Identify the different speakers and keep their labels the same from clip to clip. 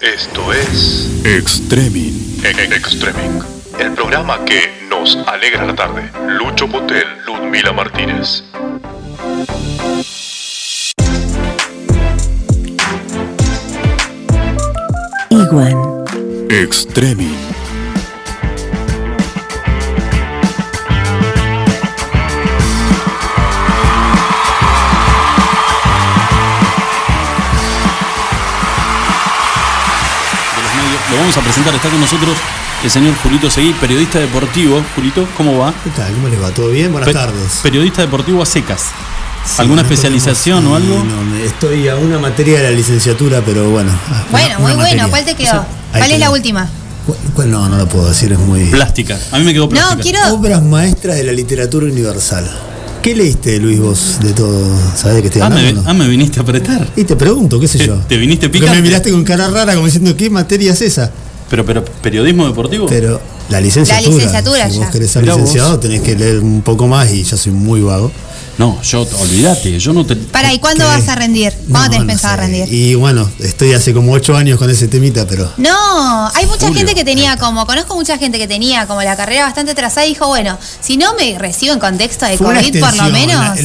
Speaker 1: Esto es E-
Speaker 2: Extremin.
Speaker 1: Extremic, el programa que nos alegra la tarde. Lucho Potel, Ludmila Martínez.
Speaker 3: Iguan.
Speaker 2: Extremin.
Speaker 4: de los medios. Lo vamos a presentar. Está con nosotros el señor Julito Seguí, periodista deportivo. Julito, ¿cómo va?
Speaker 5: ¿Qué tal? ¿Cómo les va? ¿Todo bien? Buenas
Speaker 4: Pe-
Speaker 5: tardes.
Speaker 4: Periodista deportivo a secas.
Speaker 5: Sí,
Speaker 4: ¿Alguna
Speaker 5: no tenemos-
Speaker 4: especialización o algo?
Speaker 5: No, me- estoy a una materia de la licenciatura, pero bueno. ah, una-
Speaker 6: Bueno, muy
Speaker 5: una
Speaker 6: bueno.
Speaker 5: materia.
Speaker 6: ¿Cuál te
Speaker 5: O
Speaker 6: quedó?
Speaker 5: sea, ahí
Speaker 6: ¿Cuál es
Speaker 5: quedó.
Speaker 6: la última?
Speaker 5: ¿Cuál- cuál? No, no lo puedo decir, es muy.
Speaker 4: Plástica. A mí me quedó plástica.
Speaker 6: No, quiero.
Speaker 5: Obras maestras de la literatura universal. ¿Qué leíste, Luis, vos de todo? ¿Sabés de qué estoy
Speaker 4: Ah, me,
Speaker 5: hablando?
Speaker 4: ah, me viniste a apretar.
Speaker 5: y te pregunto, qué sé
Speaker 4: Te-
Speaker 5: yo.
Speaker 4: te viniste
Speaker 5: Porque
Speaker 4: picante.
Speaker 5: me miraste con cara rara, como diciendo, ¿qué materia es esa?
Speaker 4: Pero, pero, ¿periodismo deportivo?
Speaker 5: Pero la licenciatura.
Speaker 6: licenciatura
Speaker 5: si vos
Speaker 6: ya.
Speaker 5: querés
Speaker 4: Oh.
Speaker 5: ser
Speaker 4: Mirá vos.
Speaker 5: licenciado, tenés que leer un poco más y yo soy muy vago.
Speaker 4: No, yo, olvídate, yo no te...
Speaker 6: Para, ¿y cuándo
Speaker 5: ¿Qué?
Speaker 6: vas a rendir? ¿Cuándo
Speaker 5: No,
Speaker 6: tenés
Speaker 5: no
Speaker 6: pensado
Speaker 5: sé.
Speaker 6: rendir?
Speaker 5: Y bueno, estoy hace como ocho años con ese temita, pero.
Speaker 6: No, hay mucha
Speaker 4: Julio.
Speaker 6: gente que tenía como, conozco mucha gente que tenía como la carrera bastante atrasada y dijo, bueno, si no me recibo en contexto de
Speaker 5: Fue una
Speaker 6: COVID por lo
Speaker 5: extensión.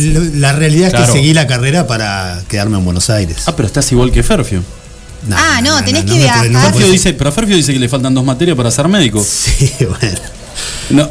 Speaker 6: menos.
Speaker 5: La, la realidad es
Speaker 4: Claro.
Speaker 5: que seguí la carrera para quedarme en Buenos Aires.
Speaker 4: Ah, pero estás igual que Ferfio.
Speaker 6: Ah, no, tenés que
Speaker 5: me puede- no me
Speaker 6: viajar.
Speaker 4: Ferfio
Speaker 5: puede-
Speaker 4: dice, pero Ferfio dice que le faltan dos materias para ser médico.
Speaker 5: Sí, bueno.
Speaker 4: No,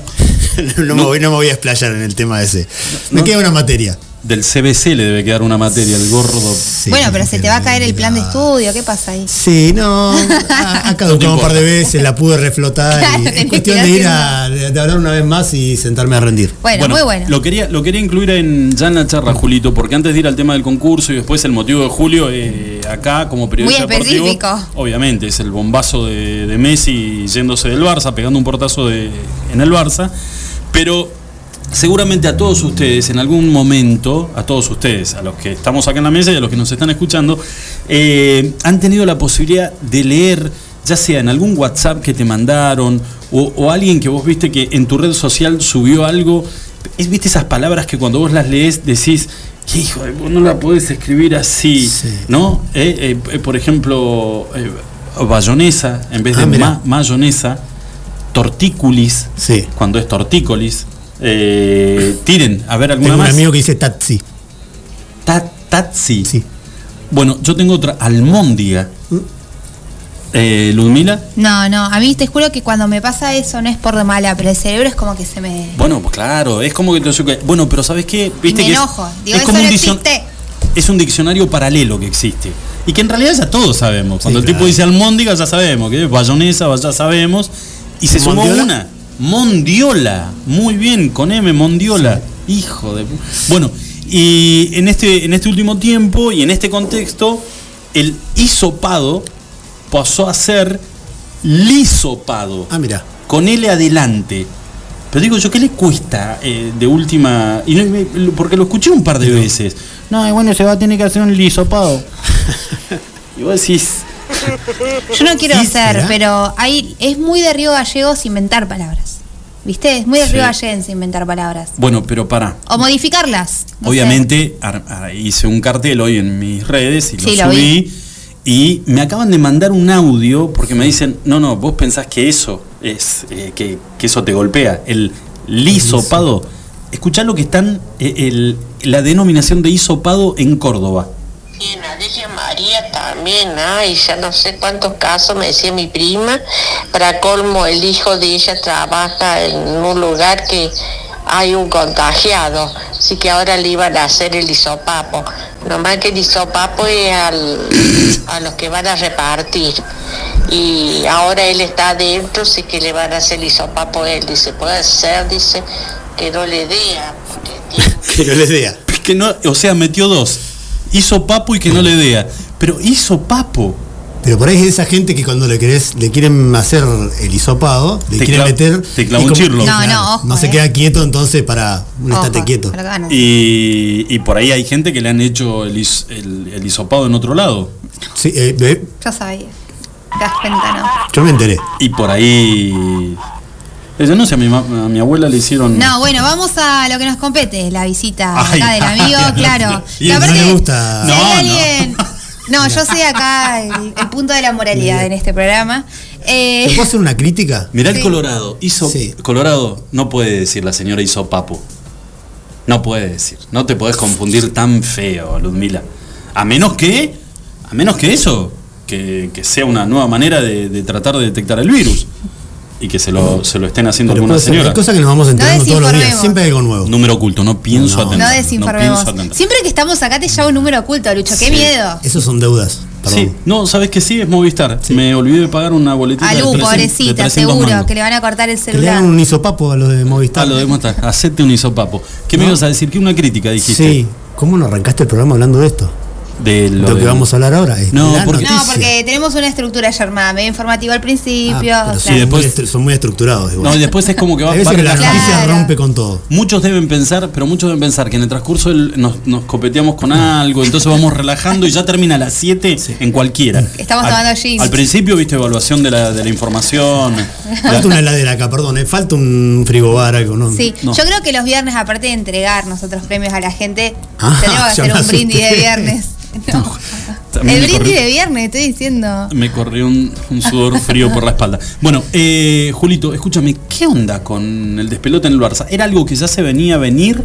Speaker 5: No, me voy, no me voy a explayar en el tema ese. Me queda una materia.
Speaker 4: del CBC le debe quedar una materia, el gordo.
Speaker 5: Sí,
Speaker 6: bueno, pero se te va a caer el plan de
Speaker 5: la-
Speaker 6: estudio, ¿qué pasa ahí?
Speaker 5: Sí, no. Ha ha caducado un par de veces, la pude reflotar.
Speaker 6: Claro,
Speaker 5: y
Speaker 6: tenés
Speaker 5: es
Speaker 6: que
Speaker 5: cuestión
Speaker 6: ir
Speaker 5: de ir a de, de hablar una vez más y sentarme a rendir.
Speaker 6: Bueno, muy bueno.
Speaker 4: Lo quería, lo quería incluir en, ya en la charla, Julito, porque antes de ir al tema del concurso y después el motivo de Julio, eh, acá como periodista
Speaker 6: Muy específico.
Speaker 4: deportivo, obviamente es el bombazo de, de Messi yéndose del Barça, pegando un portazo de- en el Barça, pero seguramente a todos ustedes, en algún momento, a todos ustedes, a los que estamos acá en la mesa y a los que nos están escuchando, eh, han tenido la posibilidad de leer, ya sea en algún WhatsApp que te mandaron o, o alguien que vos viste que en tu red social subió algo, es, viste esas palabras que cuando vos las lees decís, "Qué hijo, de- vos no la podés escribir así,
Speaker 5: Sí.
Speaker 4: ¿no? Eh, eh, eh, por ejemplo, eh, bayonesa en vez de
Speaker 5: Ah, mirá.
Speaker 4: ma- mayonesa, tortículis
Speaker 5: Sí.
Speaker 4: cuando es tortícolis. Eh, tiren, a ver alguna
Speaker 5: Tengo un
Speaker 4: más.
Speaker 5: amigo que dice taxi.
Speaker 4: Ta- tatsi.
Speaker 5: Sí. Mm.
Speaker 4: Bueno, yo tengo otra, almóndiga. Eh, Ludmila.
Speaker 6: No, no, a mí te juro que cuando me pasa eso no es por de mala, pero el cerebro es como que se me...
Speaker 4: Bueno, pues claro, es como que te Bueno, pero ¿sabes qué?
Speaker 6: Y me
Speaker 4: que es-
Speaker 6: enojo. Digo,
Speaker 4: es
Speaker 6: eso
Speaker 4: como
Speaker 6: no
Speaker 4: un diccion-
Speaker 6: existe.
Speaker 4: Es un diccionario paralelo que existe. Y que en realidad ya todos sabemos. Cuando el
Speaker 5: claro.
Speaker 4: tipo dice almóndiga, ya sabemos. Que es bayonesa, ya sabemos. Y se sumó
Speaker 5: ¿Mondiola?
Speaker 4: una. Mondiola. Muy bien, con M, Mondiola. Hijo de. pu- Bueno, y en este, en este último tiempo y en este contexto, el hisopado pasó a ser lisopado
Speaker 5: Ah, mira.
Speaker 4: con L adelante. Pero digo yo, ¿qué le cuesta eh, de última? Y no, y me- lo- porque lo escuché un par de veces. No, y bueno, se va a tener que hacer un lisopado. y vos decís,
Speaker 6: Yo no quiero
Speaker 5: Sí,
Speaker 6: ser,
Speaker 5: ¿será?
Speaker 6: pero hay, es muy de Río Gallegos inventar palabras. ¿Viste? Es muy de
Speaker 4: Sí.
Speaker 6: Río Gallegos inventar palabras.
Speaker 4: bueno, pero pará.
Speaker 6: O modificarlas. no sé.
Speaker 4: Obviamente ar- ar- hice un cartel hoy en mis redes y lo
Speaker 6: Sí, lo
Speaker 4: subí.
Speaker 6: vi.
Speaker 4: Y me acaban de mandar un audio porque me dicen, no, no, vos pensás que eso es, eh, que, que eso te golpea, el lisopado. Escuchá lo que están, eh, el- la denominación de hisopado en Córdoba.
Speaker 7: Y en la Virgen María también hay, ya no sé cuántos casos, me decía mi prima, para colmo el hijo de ella trabaja en un lugar que hay un contagiado, así que ahora le iban a hacer el hisopapo. Nomás que el hisopapo es al- a los que van a repartir. Y ahora él está adentro, así que le van a hacer el hisopapo a él. Dice, puede ser, dice, que no le dé, ah, porque tiene
Speaker 5: Que no les dea.
Speaker 4: Es que no, o sea, metió dos. Hizo papo y que no le dea. Pero hizo papo.
Speaker 5: Pero por ahí es esa gente que cuando le querés, le quieren hacer el hisopado, le
Speaker 4: Te
Speaker 5: quieren
Speaker 4: clava-
Speaker 5: meter.
Speaker 4: te clava
Speaker 5: y
Speaker 4: un
Speaker 5: como-
Speaker 4: chirlo.
Speaker 6: No, no, ojo,
Speaker 5: No se
Speaker 6: eh.
Speaker 5: queda quieto, entonces para. Un
Speaker 6: Ojo,
Speaker 5: estate quieto.
Speaker 6: pero ganas.
Speaker 4: Y, y por ahí hay gente que le han hecho el, his- el- el hisopado en otro lado.
Speaker 5: Sí, eh, eh,
Speaker 6: Yo sabía. Te das cuenta, ¿no?
Speaker 5: yo me enteré.
Speaker 6: Eh.
Speaker 4: Y por ahí. Eh, Yo no sé, a mi, ma- a mi abuela le hicieron.
Speaker 6: No, bueno, vamos a lo que nos compete, la visita
Speaker 4: Ay,
Speaker 6: acá del amigo,
Speaker 4: ay,
Speaker 6: claro.
Speaker 4: y
Speaker 6: Que
Speaker 5: no
Speaker 6: aparte,
Speaker 5: le gusta.
Speaker 6: Si
Speaker 4: No, no.
Speaker 6: hay alguien, No, yo soy acá el, el punto de la moralidad en este programa. Eh,
Speaker 5: ¿Te puedo hacer una crítica?
Speaker 4: Mirá
Speaker 6: Sí.
Speaker 4: el Colorado. Hizo,
Speaker 5: Sí.
Speaker 4: Colorado no puede decir la señora hizo papo. No puede decir. No te podés confundir tan feo, Ludmila. A menos que. A menos que eso. Que, que sea una nueva manera de, de tratar de detectar el virus. Y que se lo, se lo estén haciendo
Speaker 5: Pero
Speaker 4: alguna
Speaker 5: puede ser,
Speaker 4: señora.
Speaker 5: hay cosas que nos vamos enterando todos los días.
Speaker 6: desinformemos.
Speaker 5: Siempre hay algo nuevo.
Speaker 4: Número oculto, no pienso
Speaker 5: No.
Speaker 4: atender.
Speaker 6: no
Speaker 4: No
Speaker 6: desinformemos.
Speaker 4: pienso atender.
Speaker 6: Siempre que estamos acá te lleva un número oculto, Lucho. Qué
Speaker 4: Sí.
Speaker 6: miedo.
Speaker 5: Esos son deudas. Perdón.
Speaker 4: Sí, no, ¿sabés que sí? Es Movistar. Me olvidé de pagar una boletita de
Speaker 6: Alú,
Speaker 4: 300 de
Speaker 6: pobrecita,
Speaker 4: 300
Speaker 6: seguro
Speaker 4: mangos.
Speaker 6: que le van a cortar el
Speaker 5: Que le
Speaker 6: celular.
Speaker 5: dan un isopapo a los de
Speaker 4: Ah,
Speaker 5: Movistar.
Speaker 4: lo debemos estar. Hacete un hisopapo. ¿Qué me
Speaker 5: No.
Speaker 4: ibas a decir? Que una crítica dijiste.
Speaker 5: Sí. ¿Cómo no arrancaste el programa hablando de esto?
Speaker 4: De lo,
Speaker 5: Lo, que
Speaker 4: de-
Speaker 5: vamos a hablar ahora es
Speaker 4: No,
Speaker 5: la
Speaker 4: porque-
Speaker 5: noticia.
Speaker 6: No, porque tenemos una estructura armada, medio informativo al
Speaker 5: Ah,
Speaker 6: principio.
Speaker 5: pero
Speaker 6: o
Speaker 5: son,
Speaker 6: sea,
Speaker 4: Y después-
Speaker 5: muy estru- son muy estructurados. igual.
Speaker 4: No, y después es como que va,
Speaker 5: Hay veces
Speaker 4: va
Speaker 5: que la
Speaker 4: relajando.
Speaker 5: noticia
Speaker 6: Claro.
Speaker 5: rompe con todo.
Speaker 4: Muchos deben pensar, pero muchos deben pensar que en el transcurso del- nos, nos copeteamos con algo, entonces vamos relajando y ya termina a las 7 en cualquiera.
Speaker 6: Estamos
Speaker 4: Al-
Speaker 6: tomando gin.
Speaker 4: Al principio, viste, evaluación de la, de la información.
Speaker 5: Falta una heladera acá, perdón. eh, Falta un frigobar, algo, ¿no?
Speaker 6: Sí,
Speaker 4: No.
Speaker 6: yo creo que los viernes, aparte de entregar nosotros premios a la gente,
Speaker 5: Ah,
Speaker 6: tenemos que
Speaker 5: ya
Speaker 6: hacer
Speaker 5: me
Speaker 6: un brindis de
Speaker 5: asusté.
Speaker 6: viernes. No.
Speaker 4: También
Speaker 6: El
Speaker 4: me
Speaker 6: brindis
Speaker 4: corrió-
Speaker 6: de viernes, estoy diciendo.
Speaker 4: Me corrió un, un sudor frío por la espalda. Bueno, eh, Julito, escúchame, ¿qué onda con el despelote en el Barça? ¿Era algo que ya se venía a venir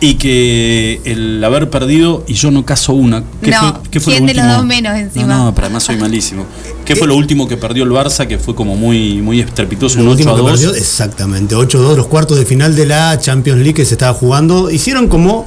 Speaker 4: y que el haber perdido y yo no caso una? ¿Qué
Speaker 6: No,
Speaker 4: fue, qué fue
Speaker 6: ¿quién de los
Speaker 4: último?
Speaker 6: dos menos encima?
Speaker 4: No, no, pero además soy malísimo. ¿Qué fue lo último que perdió el Barça que fue como muy, muy estrepitoso?
Speaker 5: Eh, Lo
Speaker 4: Un 8
Speaker 5: último
Speaker 4: a
Speaker 5: que
Speaker 4: 2.
Speaker 5: perdió, exactamente, 8-2, los cuartos de final de la Champions League que se estaba jugando. Hicieron como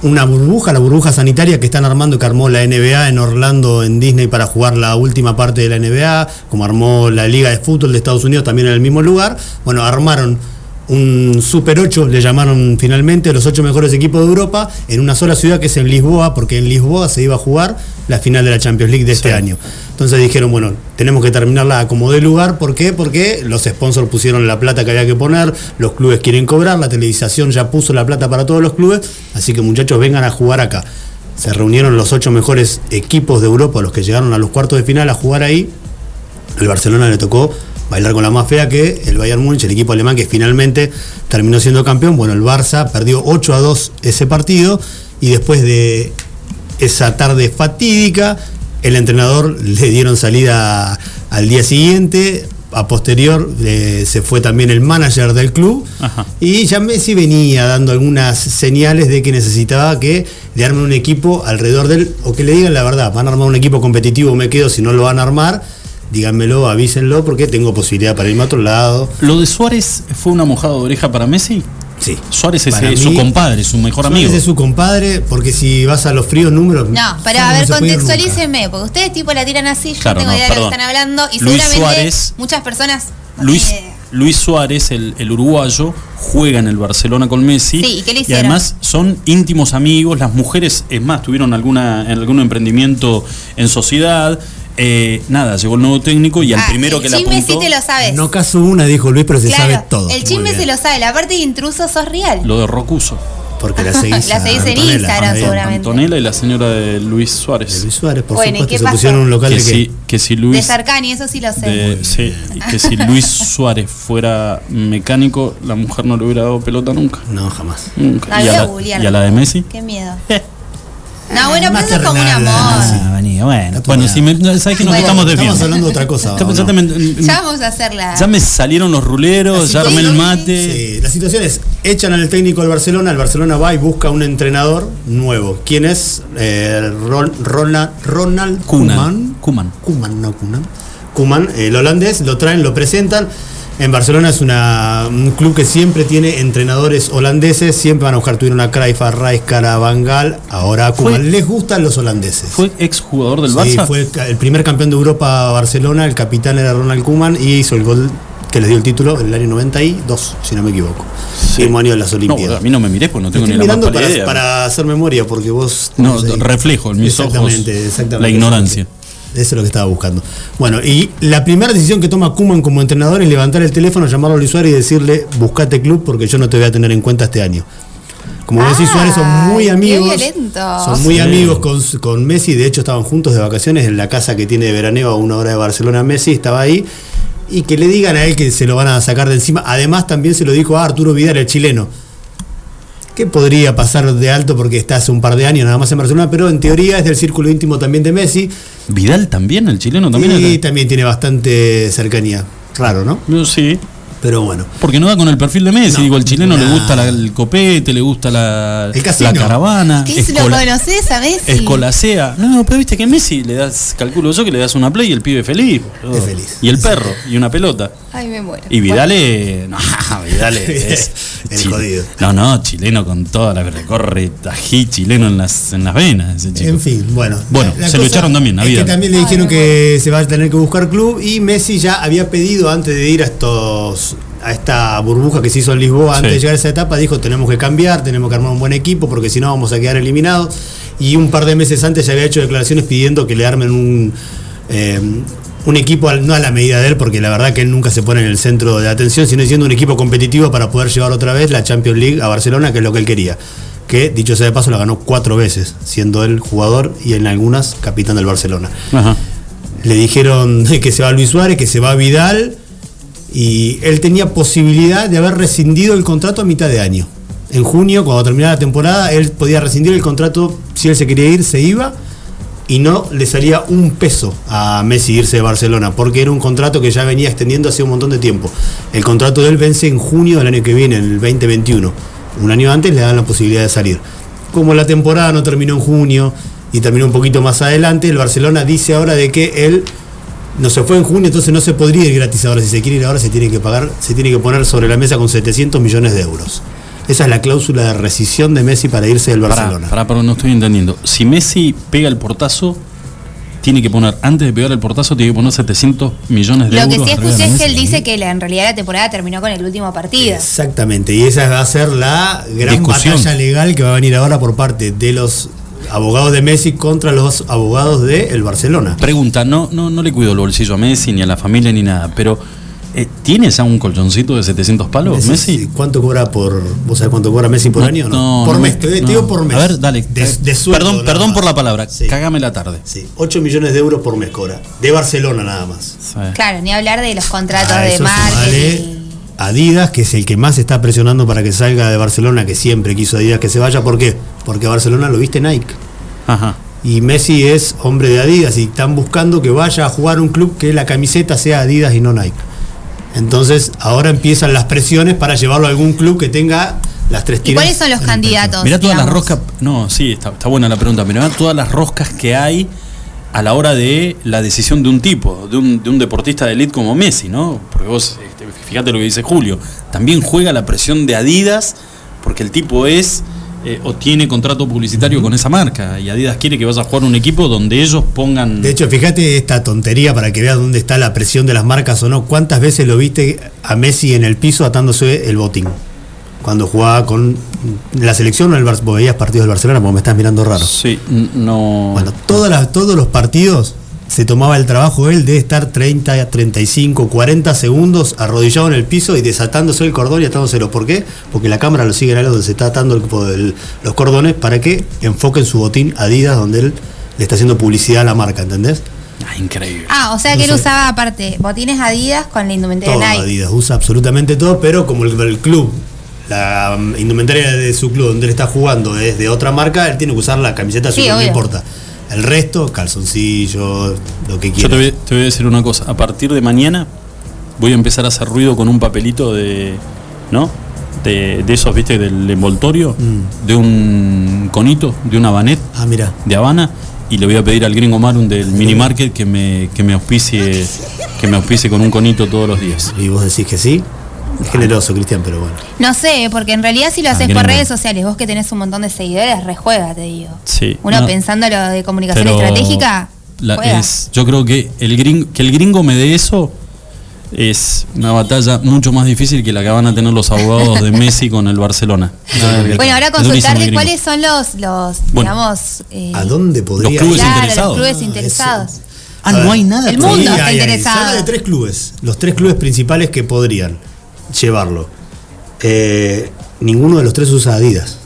Speaker 5: una burbuja, la burbuja sanitaria que están armando, que armó la NBA en Orlando, en Disney, para jugar la última parte de la NBA, como armó la Liga de Fútbol de Estados Unidos también en el mismo lugar. Bueno, armaron un Super 8, le llamaron finalmente, los ocho mejores equipos de Europa, en una sola ciudad que es en Lisboa, porque en Lisboa se iba a jugar la final de la Champions League de este
Speaker 4: Sí.
Speaker 5: año. Entonces dijeron, bueno, tenemos que terminarla como de lugar. ¿Por qué? Porque los sponsors pusieron la plata que había que poner, los clubes quieren cobrar, la televisación ya puso la plata para todos los clubes, así que muchachos vengan a jugar acá. Se reunieron los ocho mejores equipos de Europa, los que llegaron a los cuartos de final a jugar ahí. Al Barcelona le tocó bailar con la más fea que el Bayern Múnich, el equipo alemán que finalmente terminó siendo campeón. Bueno, el Barça perdió 8 a 2 ese partido y después de esa tarde fatídica, el entrenador le dieron salida al día siguiente. A posterior eh, se fue también el manager del club
Speaker 4: Ajá.
Speaker 5: y ya Messi venía dando algunas señales de que necesitaba que le armen un equipo alrededor del, o que le digan la verdad, van a armar un equipo competitivo, me quedo, si no lo van a armar, díganmelo, avísenlo, porque tengo posibilidad para irme a otro lado.
Speaker 4: ¿Lo de Suárez fue una mojada de oreja para Messi?
Speaker 5: Sí.
Speaker 4: Suárez es
Speaker 5: Para
Speaker 4: eh, su
Speaker 5: mí,
Speaker 4: compadre, su mejor amigo.
Speaker 5: Suárez es su compadre, porque si vas a los fríos números...
Speaker 6: No, pero
Speaker 5: Suárez se
Speaker 6: a ver,
Speaker 5: puede ir nunca.
Speaker 6: contextualícenme, porque ustedes tipo la tiran así, yo
Speaker 4: Claro,
Speaker 6: no tengo
Speaker 4: no,
Speaker 6: idea de lo que
Speaker 4: perdón.
Speaker 6: están hablando, y
Speaker 4: Luis
Speaker 6: seguramente
Speaker 4: Suárez-
Speaker 6: muchas personas. no
Speaker 4: Luis,
Speaker 6: tienen idea.
Speaker 4: Luis Suárez, el, el uruguayo, juega en el Barcelona con Messi.
Speaker 6: Sí, ¿y qué le hicieron?
Speaker 4: además son íntimos amigos. Las mujeres, es más, tuvieron alguna, algún emprendimiento en sociedad. Eh, nada, llegó el nuevo técnico y al
Speaker 6: Ah,
Speaker 4: primero
Speaker 6: el
Speaker 4: que le
Speaker 6: chisme
Speaker 4: apuntó.
Speaker 6: sí te lo sabes.
Speaker 5: No caso una, dijo Luis, pero se
Speaker 6: claro,
Speaker 5: sabe todo.
Speaker 6: el
Speaker 5: Muy
Speaker 6: chisme
Speaker 5: bien.
Speaker 6: se lo sabe, la parte de intruso sos real.
Speaker 4: Lo de Rocuso.
Speaker 5: Porque la seguís,
Speaker 6: La
Speaker 5: a
Speaker 6: seguís en
Speaker 5: Antonella,
Speaker 6: Instagram,
Speaker 5: también.
Speaker 6: seguramente.
Speaker 4: Antonella y la señora de Luis Suárez.
Speaker 5: Luis Suárez, por
Speaker 6: Bueno, ¿y
Speaker 5: supuesto,
Speaker 6: qué
Speaker 5: se
Speaker 6: pasó?
Speaker 5: pusieron en un local
Speaker 4: que,
Speaker 5: de que...
Speaker 4: si, que si Luis.
Speaker 6: de Sarcani, eso sí lo sé.
Speaker 4: de- sí, que si Luis Suárez fuera mecánico, la mujer no le hubiera dado pelota nunca.
Speaker 5: No, jamás.
Speaker 4: Nunca.
Speaker 6: No,
Speaker 4: y,
Speaker 6: voy
Speaker 4: a
Speaker 6: a
Speaker 4: la,
Speaker 6: googlear.
Speaker 4: y a la de Messi. eh,
Speaker 6: Qué miedo. No, bueno, pero
Speaker 5: Más
Speaker 6: eso es como un
Speaker 5: terrenal,
Speaker 6: amor.
Speaker 5: Messi.
Speaker 4: Ah, vení, bueno.
Speaker 5: Está
Speaker 4: Bueno,
Speaker 5: tomada.
Speaker 4: si me, sabes que nos
Speaker 6: Bueno,
Speaker 4: estamos desviando.
Speaker 5: Estamos hablando de otra cosa.
Speaker 4: Ya-
Speaker 5: ¿o
Speaker 4: ya
Speaker 5: no?
Speaker 4: te me-
Speaker 6: Ya vamos a hacerla.
Speaker 4: ya me salieron los ruleros, ya armé el mate.
Speaker 5: Sí, la situación es, echan al técnico del Barcelona, el Barcelona va y busca un entrenador nuevo. ¿Quién es? Eh, Ron- Rona- Ronald
Speaker 4: Koeman.
Speaker 5: Kuman.
Speaker 4: Koeman.
Speaker 5: Kuman, no Kuman. Kuman, el holandés, lo traen, lo presentan. En Barcelona es una, un club que siempre tiene entrenadores holandeses, siempre van a buscar, tuvieron a Cruyff, a Rijkaard, a Van Gaal, ahora a
Speaker 4: Fue-
Speaker 5: Koeman. Les gustan los holandeses.
Speaker 4: ¿Fue exjugador del
Speaker 5: Sí,
Speaker 4: Barça?
Speaker 5: fue el, ca- el primer campeón de Europa Barcelona, el capitán era Ronald Koeman y hizo el gol que les dio el título en el año 92, si no me equivoco.
Speaker 4: Sí.
Speaker 5: Mismo año de las
Speaker 4: No,
Speaker 5: Olimpiadas.
Speaker 4: a mí no me miré porque no tengo
Speaker 5: Estoy
Speaker 4: ni la más
Speaker 5: mirando
Speaker 4: pálida
Speaker 5: para,
Speaker 4: idea.
Speaker 5: para hacer memoria, porque vos...
Speaker 4: no,
Speaker 5: sé.
Speaker 4: reflejo en mis ojos
Speaker 5: Exactamente, exactamente.
Speaker 4: la ignorancia.
Speaker 5: Eso es lo que estaba buscando. Bueno, y la primera decisión que toma Kuman como entrenador es levantar el teléfono, llamarlo al usuario y decirle, buscate club porque yo no te voy a tener en cuenta este año. Como vos decís,
Speaker 6: Ay,
Speaker 5: Suárez son muy
Speaker 6: Ah, qué
Speaker 5: amigos.
Speaker 6: violento.
Speaker 5: Son muy
Speaker 4: Sí.
Speaker 5: amigos con, con Messi. De hecho, estaban juntos de vacaciones en la casa que tiene de veraneo a una hora de Barcelona. Messi estaba ahí. Y que le digan a él que se lo van a sacar de encima. Además, también se lo dijo a Arturo Vidal, el chileno. que podría pasar de alto porque está hace un par de años nada más en Barcelona, pero en teoría es del círculo íntimo también de Messi
Speaker 4: Vidal también, el chileno también.
Speaker 5: y
Speaker 4: era-
Speaker 5: también tiene bastante cercanía. Raro, ¿no?
Speaker 4: No, sí,
Speaker 5: Pero bueno.
Speaker 4: porque no da con el perfil de Messi.
Speaker 5: No,
Speaker 4: Digo, al chileno le
Speaker 5: nah.
Speaker 4: gusta la- el copete, le gusta la,
Speaker 5: El casino.
Speaker 4: la caravana.
Speaker 6: ¿Qué si lo
Speaker 4: escola-
Speaker 6: conoces a Messi?
Speaker 4: Escolacea. No, pero viste que Messi le das, calculo yo que le das una play y el pibe feliz. boludo.
Speaker 5: Es feliz.
Speaker 4: Y el perro, y una pelota.
Speaker 6: Ay, me muero.
Speaker 4: Y Vidal es. No, Vidal es.
Speaker 5: El jodido.
Speaker 4: No, no, chileno con toda la recorre tají chileno en las, en las venas. ese chico.
Speaker 5: En fin, bueno.
Speaker 4: Bueno, se lo echaron también,
Speaker 5: es
Speaker 4: había.
Speaker 5: que también le
Speaker 6: Ay,
Speaker 5: dijeron
Speaker 6: no.
Speaker 5: que se va a tener que buscar club y Messi ya había pedido antes de ir a estos a esta burbuja que se hizo en Lisboa antes
Speaker 4: Sí.
Speaker 5: de llegar a esa etapa, dijo tenemos que cambiar, tenemos que armar un buen equipo porque si no vamos a quedar eliminados. Y un par de meses antes ya había hecho declaraciones pidiendo que le armen un eh, un equipo al- no a la medida de él, porque la verdad que él nunca se pone en el centro de atención, sino siendo un equipo competitivo para poder llevar otra vez la Champions League a Barcelona, que es lo que él quería. Que dicho sea de paso, la ganó cuatro veces, siendo él jugador y en algunas capitán del Barcelona.
Speaker 4: Ajá.
Speaker 5: Le dijeron que se va Luis Suárez, que se va Vidal. Y él tenía posibilidad de haber rescindido el contrato a mitad de año. En junio, cuando terminara la temporada, él podía rescindir el contrato. Si él se quería ir, se iba. Y no le salía un peso a Messi irse de Barcelona, porque era un contrato que ya venía extendiendo hace un montón de tiempo. El contrato de él vence en junio del año que viene, en el 2021. Un año antes le dan la posibilidad de salir. Como la temporada no terminó en junio y terminó un poquito más adelante, el Barcelona dice ahora de que él no se fue en junio, entonces no se podría ir gratis ahora. Si se quiere ir ahora, se tiene que pagar, se tiene que poner sobre la mesa con 700 millones de euros. Esa es la cláusula de rescisión de Messi para irse del
Speaker 4: Pará,
Speaker 5: Barcelona.
Speaker 4: pará, pará, no estoy entendiendo. Si Messi pega el portazo, tiene que poner, antes de pegar el portazo, tiene que poner 700 millones de
Speaker 6: Lo
Speaker 4: euros.
Speaker 6: que sí
Speaker 4: arriba de
Speaker 6: escuché
Speaker 4: la
Speaker 6: es
Speaker 4: mesa.
Speaker 6: que él dice que la- en realidad la temporada terminó con el último partido.
Speaker 5: Exactamente, y esa va a ser la gran
Speaker 4: Discusión.
Speaker 5: batalla legal que va a venir ahora por parte de los abogados de Messi contra los abogados del Barcelona.
Speaker 4: Pregunta, no, no, no le cuido el bolsillo a Messi, ni a la familia, ni nada, pero eh, ¿tienes aún un colchoncito de 700 palos, Messi?
Speaker 5: ¿Cuánto cobra por. ¿Vos sabés cuánto cobra Messi por año o no? por mes, te, te
Speaker 4: no.
Speaker 5: digo por mes.
Speaker 4: A ver, dale. eh,
Speaker 5: De, de sueldo,
Speaker 4: perdón
Speaker 5: nada
Speaker 4: perdón
Speaker 5: más.
Speaker 4: por la palabra.
Speaker 5: Sí.
Speaker 4: Cagame la tarde.
Speaker 5: Sí, 8 millones de euros por mes cobra. De Barcelona nada más.
Speaker 6: Claro, ni hablar de los contratos
Speaker 4: Ah,
Speaker 5: A
Speaker 6: de
Speaker 5: eso
Speaker 6: marketing.
Speaker 5: sumale Adidas, que es el que más está presionando para que salga de Barcelona, que siempre quiso Adidas que se vaya. ¿Por qué? Porque a Barcelona lo viste Nike.
Speaker 4: Ajá.
Speaker 5: Y Messi es hombre de Adidas y están buscando que vaya a jugar un club que la camiseta sea Adidas y no Nike. Entonces ahora empiezan las presiones para llevarlo a algún club que tenga las tres
Speaker 6: ¿Y
Speaker 5: tiras.
Speaker 6: cuáles son los
Speaker 5: en el pecho.
Speaker 6: candidatos?
Speaker 4: Mirá todas las
Speaker 6: digamos?
Speaker 4: roscas. No, sí, está, está buena la pregunta. Mirá todas las roscas que hay a la hora de la decisión de un tipo, de un, de un deportista de elite como Messi, ¿no? Porque vos, este, fíjate lo que dice Julio, también juega la presión de Adidas porque el tipo es eh, o tiene contrato publicitario con esa marca y Adidas quiere que vayas a jugar un equipo donde ellos pongan...
Speaker 5: De hecho, fíjate esta tontería para que veas dónde está la presión de las marcas o no. ¿Cuántas veces lo viste a Messi en el piso atándose el botín? Cuando jugaba con la selección o el Barcelona, veías partidos del Barcelona, porque me estás mirando raro.
Speaker 4: Sí, n- no...
Speaker 5: Bueno, todas las- todos los partidos se tomaba el trabajo él de estar 30, 35, 40 segundos arrodillado en el piso y desatándose el cordón y atándoselo. ¿Por qué? Porque la cámara lo sigue en algo donde se está atando el- el- los cordones para que enfoquen su botín Adidas donde él le está haciendo publicidad a la marca, ¿entendés?
Speaker 4: Ah, increíble.
Speaker 6: Ah, o sea que
Speaker 5: No
Speaker 6: él
Speaker 5: sé.
Speaker 6: usaba aparte botines Adidas con la indumentaria
Speaker 5: Todo
Speaker 6: Nike.
Speaker 5: Adidas, usa absolutamente todo, pero como el, el club, la um, indumentaria de su club donde él está jugando es de otra marca, él tiene que usar la camiseta
Speaker 6: Sí,
Speaker 5: azul, no
Speaker 6: obvio.
Speaker 5: importa. El resto, calzoncillos, lo que
Speaker 4: Yo
Speaker 5: quiera.
Speaker 4: te voy, te voy a decir una cosa. A partir de mañana voy a empezar a hacer ruido con un papelito de. ¿No? De, de esos, viste, del envoltorio, de un conito, de una banet
Speaker 5: Ah, mira.
Speaker 4: de Habana. Y le voy a pedir al gringo Marum del mini market que me, que me auspicie que me auspicie con un conito todos los días.
Speaker 5: Y vos decís que sí. Es generoso, Cristian, pero bueno.
Speaker 6: No sé, porque en realidad si lo haces
Speaker 4: gringo.
Speaker 6: por redes sociales, vos que tenés un montón de seguidores, rejuega, te digo.
Speaker 4: Sí,
Speaker 6: Uno
Speaker 4: no.
Speaker 6: pensando lo de comunicación
Speaker 4: Pero
Speaker 6: estratégica,
Speaker 4: la-
Speaker 6: juega.
Speaker 4: es- yo creo que el gringo, que el gringo me dé eso es una batalla mucho más difícil que la que van a tener los abogados de Messi con el Barcelona.
Speaker 6: bueno, ahora
Speaker 4: Es durísimo el
Speaker 6: consultarle
Speaker 4: gringo.
Speaker 6: cuáles son los, los
Speaker 4: Bueno.
Speaker 6: digamos, eh,
Speaker 5: ¿A dónde podría
Speaker 4: Los clubes
Speaker 5: ir?
Speaker 6: claro,
Speaker 4: interesados?
Speaker 6: los clubes
Speaker 5: Ah,
Speaker 6: interesados.
Speaker 5: eso.
Speaker 4: Ah, no hay nada
Speaker 6: El mundo
Speaker 5: Sí,
Speaker 6: está
Speaker 5: hay, hay. Se
Speaker 6: interesado.
Speaker 5: habla de tres clubes. Los tres clubes principales que podrían llevarlo. Eh, ninguno de los tres usa Adidas.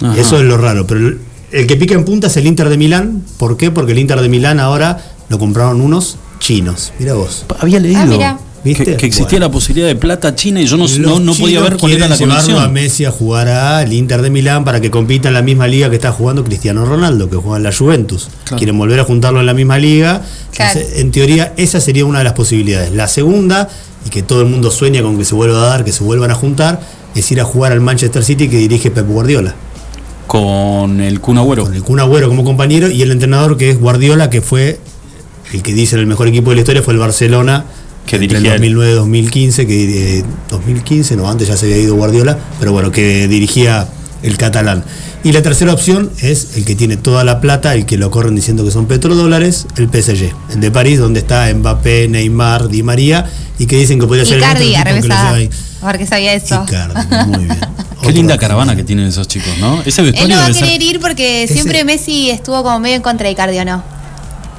Speaker 4: Ajá.
Speaker 5: Eso es lo raro. Pero el, el que pica en punta es el Inter de Milán. ¿Por qué? Porque el Inter de Milán ahora lo compraron unos chinos. Mira vos.
Speaker 4: Había leído.
Speaker 6: Ah, mira.
Speaker 5: ¿Viste?
Speaker 4: Que, que existía
Speaker 5: Bueno.
Speaker 4: la posibilidad de plata china y yo no,
Speaker 5: Los
Speaker 4: no, no podía
Speaker 5: chinos
Speaker 4: ver cuál era la
Speaker 5: quieren llevarlo
Speaker 4: conexión.
Speaker 5: a Messi a jugar al Inter de Milán para que compita en la misma liga que está jugando Cristiano Ronaldo, que juega en la Juventus.
Speaker 4: Claro.
Speaker 5: Quieren volver a juntarlo en la misma liga.
Speaker 6: Claro.
Speaker 5: Entonces, en teoría, esa sería una de las posibilidades. La segunda, y que todo el mundo sueña con que se vuelva a dar, que se vuelvan a juntar, es ir a jugar al Manchester City que dirige Pep Guardiola.
Speaker 4: Con el Kun Agüero.
Speaker 5: Con el Kun Agüero como compañero y el entrenador que es Guardiola, que fue el que dicen el mejor equipo de la historia, fue el Barcelona.
Speaker 4: Que
Speaker 5: entre
Speaker 4: dirigía él.
Speaker 5: el 2009-2015, que eh, 2015, no, antes ya se había ido Guardiola, pero bueno, que dirigía el catalán. Y la tercera opción es el que tiene toda la plata, el que lo corren diciendo que son petrodólares, el PSG, el de París, donde está Mbappé, Neymar, Di María, y que dicen que podría ser el otro
Speaker 6: Icardi,
Speaker 5: equipo que lo lleva
Speaker 6: arrebesada.
Speaker 5: ahí.
Speaker 6: A ver qué sabía eso.
Speaker 5: Icardi, muy bien.
Speaker 4: Qué linda caravana que tienen esos chicos, ¿no? Ese
Speaker 6: Él
Speaker 4: vestuario
Speaker 6: no va a
Speaker 4: debe ser-
Speaker 6: querer ir porque
Speaker 5: Ese-
Speaker 6: siempre Messi estuvo como medio en contra de Icardi, ¿o no?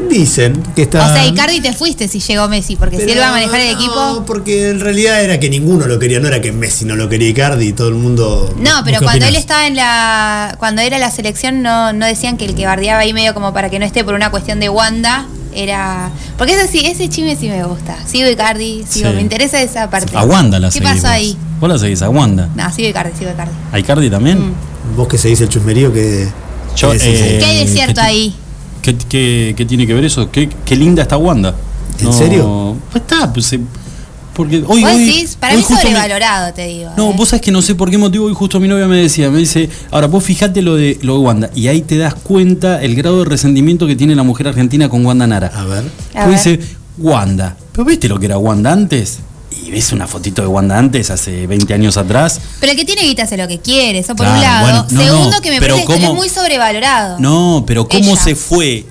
Speaker 5: Dicen que está...
Speaker 6: O sea, Icardi te fuiste si llegó Messi, porque si él va a manejar el
Speaker 5: no,
Speaker 6: equipo...
Speaker 5: porque en realidad era que ninguno lo quería, no era que Messi no lo quería Icardi y todo el mundo.
Speaker 6: No,
Speaker 5: ¿Vos
Speaker 6: pero
Speaker 5: qué
Speaker 6: cuando él
Speaker 5: opinás?
Speaker 6: estaba en la... Cuando era la selección no, no decían que el que bardeaba ahí medio como para que no esté por una cuestión de Wanda era... Porque ese sí, ese chisme sí me gusta. Sigo Icardi, sigo,
Speaker 4: Sí.
Speaker 6: me interesa esa parte.
Speaker 4: A Wanda la
Speaker 6: ¿Qué
Speaker 4: seguís
Speaker 6: pasó
Speaker 4: vos.
Speaker 6: ahí?
Speaker 4: Vos la seguís, a Wanda.
Speaker 6: No, sigo Icardi, sigo Icardi.
Speaker 4: ¿A Icardi
Speaker 6: Mm.
Speaker 4: también?
Speaker 5: Vos que se dice el chusmerío que.
Speaker 4: Yo,
Speaker 5: que decís,
Speaker 4: eh,
Speaker 6: ¿Qué hay de cierto
Speaker 4: ¿qué-
Speaker 6: ahí?
Speaker 4: ¿Qué, qué, qué tiene que ver eso? ¿Qué, qué linda está Wanda?
Speaker 5: ¿En serio?
Speaker 4: Pues está, pues, eh, porque hoy,
Speaker 6: Vos
Speaker 4: hoy-
Speaker 6: decís, para
Speaker 4: hoy
Speaker 6: mí
Speaker 4: justo me-
Speaker 6: sobrevalorado, te digo.
Speaker 4: No,
Speaker 6: ¿eh?
Speaker 4: vos sabés que no sé por qué motivo hoy justo mi novia me decía, me dice, ahora vos fijate lo de lo de Wanda y ahí te das cuenta el grado de resentimiento que tiene la mujer argentina con Wanda Nara.
Speaker 5: A ver.
Speaker 6: A
Speaker 4: Pues
Speaker 6: ver.
Speaker 4: dice, Wanda, ¿pero viste lo que era Wanda antes? Y ves una fotito de Wanda antes, hace 20 años atrás.
Speaker 6: Pero el que tiene guita hace lo que quiere, eso por
Speaker 4: Claro,
Speaker 6: un lado.
Speaker 4: bueno, no,
Speaker 6: Segundo,
Speaker 4: no,
Speaker 6: que me
Speaker 4: pero
Speaker 6: parece que es
Speaker 4: ¿cómo?
Speaker 6: muy sobrevalorado.
Speaker 4: No, pero cómo
Speaker 6: Ella.
Speaker 4: se fue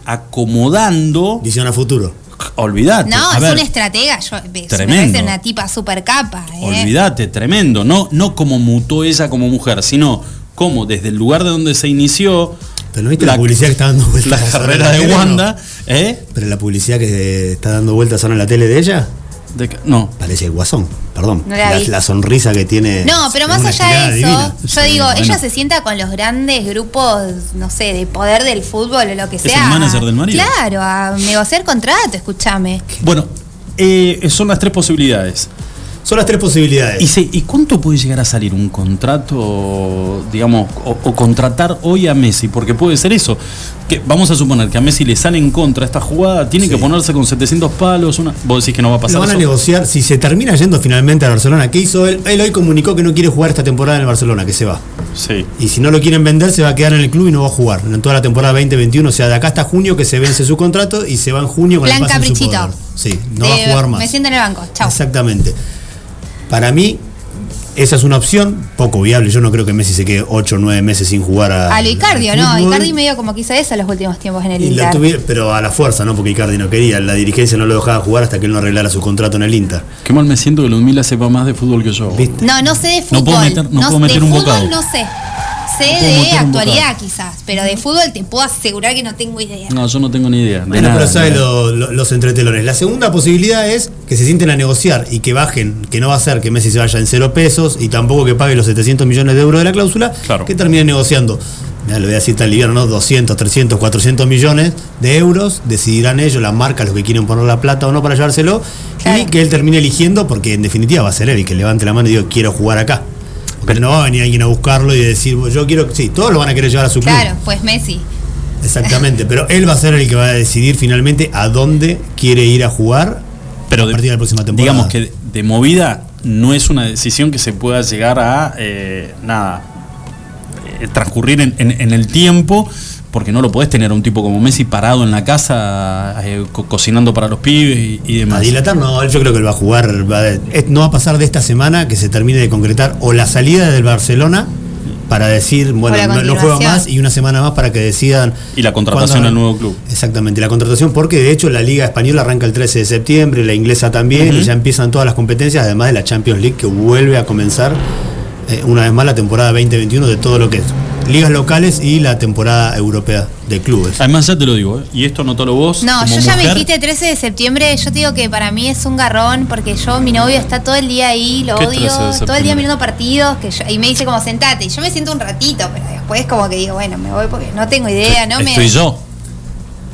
Speaker 4: acomodando,
Speaker 5: Visión a futuro.
Speaker 4: olvidate.
Speaker 6: No,
Speaker 4: a
Speaker 6: es
Speaker 4: ver,
Speaker 6: una estratega. Yo, me
Speaker 4: Tremendo.
Speaker 6: parece una tipa super capa. ¿eh?
Speaker 4: Olvídate, tremendo. No, no como mutó ella como mujer, sino como desde el lugar de donde se inició.
Speaker 5: Pero no viste la, publicidad que está dando
Speaker 4: la
Speaker 5: vueltas. ahora en
Speaker 4: carrera de
Speaker 5: tele,
Speaker 4: Wanda,
Speaker 5: ¿no?
Speaker 4: ¿eh?
Speaker 5: Pero la publicidad que está dando vueltas ahora en la tele de ella.
Speaker 4: De que- no.
Speaker 5: Parece el guasón, perdón.
Speaker 6: No la vi.
Speaker 5: sonrisa que tiene.
Speaker 6: No, pero
Speaker 5: es
Speaker 6: más
Speaker 5: una
Speaker 6: allá
Speaker 5: estirada
Speaker 6: de eso,
Speaker 5: divina.
Speaker 6: yo
Speaker 4: Sí,
Speaker 6: digo,
Speaker 4: bueno.
Speaker 6: ella se sienta con los grandes grupos, no sé, de poder del fútbol o lo que
Speaker 4: Es
Speaker 6: sea.
Speaker 4: el manager del marido.
Speaker 6: Claro, a negociar contrato, escúchame.
Speaker 4: Bueno, eh, son las tres posibilidades.
Speaker 5: Son las tres posibilidades.
Speaker 4: Y, se- ¿Y cuánto puede llegar a salir un contrato, digamos, o, o contratar hoy a Messi? Porque puede ser eso. Que vamos a suponer que a Messi le sale en contra esta jugada, tiene
Speaker 5: Sí.
Speaker 4: que ponerse con 700 palos. Una, vos decís que no va a
Speaker 5: Lo
Speaker 4: pasar
Speaker 5: van a
Speaker 4: eso.
Speaker 5: negociar si se termina yendo finalmente a Barcelona. ¿Qué hizo él? Él hoy comunicó que no quiere jugar esta temporada en el Barcelona, que se va.
Speaker 4: Sí.
Speaker 5: Y si no lo quieren vender, se va a quedar en el club y no va a jugar. En toda la temporada 2021, o sea, de acá hasta junio que se vence su contrato y se va en junio con
Speaker 6: Plan
Speaker 5: el pase en su
Speaker 6: caprichito.
Speaker 5: poder. Sí, no
Speaker 6: Eh,
Speaker 5: va a jugar más.
Speaker 6: Me siento en el banco, chao.
Speaker 5: Exactamente. Para mí, esa es una opción poco viable. Yo no creo que Messi se quede 8 o 9 meses sin jugar a.
Speaker 6: A lo Icardi, ¿o ¿no?
Speaker 5: al fútbol.
Speaker 6: Icardi medio como que hizo eso en los últimos tiempos en el
Speaker 5: Y lo
Speaker 6: Inter.
Speaker 5: tuvi- pero a la fuerza, ¿no? Porque Icardi no quería. La dirigencia no lo dejaba jugar hasta que él no arreglara su contrato en el Inter.
Speaker 4: Qué mal me siento que Ludmila sepa más de fútbol que yo.
Speaker 5: ¿Viste?
Speaker 6: No, no sé de fútbol.
Speaker 4: No puedo meter- no puedo
Speaker 6: de
Speaker 4: meter un
Speaker 6: fútbol
Speaker 4: bocado.
Speaker 6: no sé. Sé
Speaker 4: No puedo
Speaker 6: de
Speaker 4: meter un
Speaker 6: actualidad
Speaker 4: bocado.
Speaker 6: quizás, pero de fútbol te puedo asegurar que no tengo idea.
Speaker 4: No, yo no tengo ni idea. de
Speaker 5: Bueno,
Speaker 4: nada,
Speaker 5: pero
Speaker 4: ni
Speaker 5: sabe
Speaker 4: nada.
Speaker 5: lo- lo- los entretelones. La segunda posibilidad es que se sienten a negociar y que bajen, que no va a ser que Messi se vaya en cero pesos y tampoco que pague los 700 millones de euros de la cláusula,
Speaker 4: Claro.
Speaker 5: que terminen negociando. Ya lo voy a decir tan liviano, ¿no? 200, 300, 400 millones de euros, decidirán ellos, las marcas, los que quieren poner la plata o no para llevárselo, y
Speaker 6: Claro.
Speaker 5: que él termine eligiendo, porque en definitiva va a ser él el que levante la mano y diga, quiero jugar acá. Pero no va a venir alguien a buscarlo y decir, yo quiero, sí, todos lo van a querer llevar a su club.
Speaker 6: Claro, pues Messi.
Speaker 5: Exactamente, pero él va a ser el que va a decidir finalmente a dónde quiere ir a jugar
Speaker 4: Pero
Speaker 5: a partir de la próxima temporada.
Speaker 4: Digamos que de- de movida no es una decisión que se pueda llegar a eh, nada eh, transcurrir en, en- en el tiempo. Porque no lo podés tener a un tipo como Messi parado en la casa eh, co- cocinando para los pibes y, y
Speaker 5: a
Speaker 4: demás.
Speaker 5: dilatar no, yo creo que él va a jugar, va a- es- no va a pasar de esta semana que se termine de concretar o la salida del Barcelona para decir, bueno,
Speaker 6: la
Speaker 5: no, no juega
Speaker 6: continuación.
Speaker 5: más y una semana más para que decidan.
Speaker 4: Y la contratación
Speaker 5: cuándo-
Speaker 4: al nuevo club.
Speaker 5: Exactamente, la contratación, porque de hecho la Liga Española arranca el 13 de septiembre, la inglesa también, y ya empiezan todas las competencias, además de la Champions League que vuelve a comenzar eh, una vez más la temporada 2021 de todo lo que es ligas locales y la temporada europea de clubes.
Speaker 4: Además, ya te lo digo, ¿eh? y esto notalo vos.
Speaker 6: No,
Speaker 4: como
Speaker 6: yo ya me
Speaker 4: mujer.
Speaker 6: dijiste 13 de septiembre, yo te digo que para mí es un garrón porque yo, mi novio está todo el día ahí, lo
Speaker 4: ¿Qué 13 de
Speaker 6: odio, todo el
Speaker 4: septiembre?
Speaker 6: día mirando partidos que yo- y me dice como sentate, y yo me siento un ratito, pero después como que digo, bueno, me voy porque no tengo idea, no me...
Speaker 4: Estoy yo.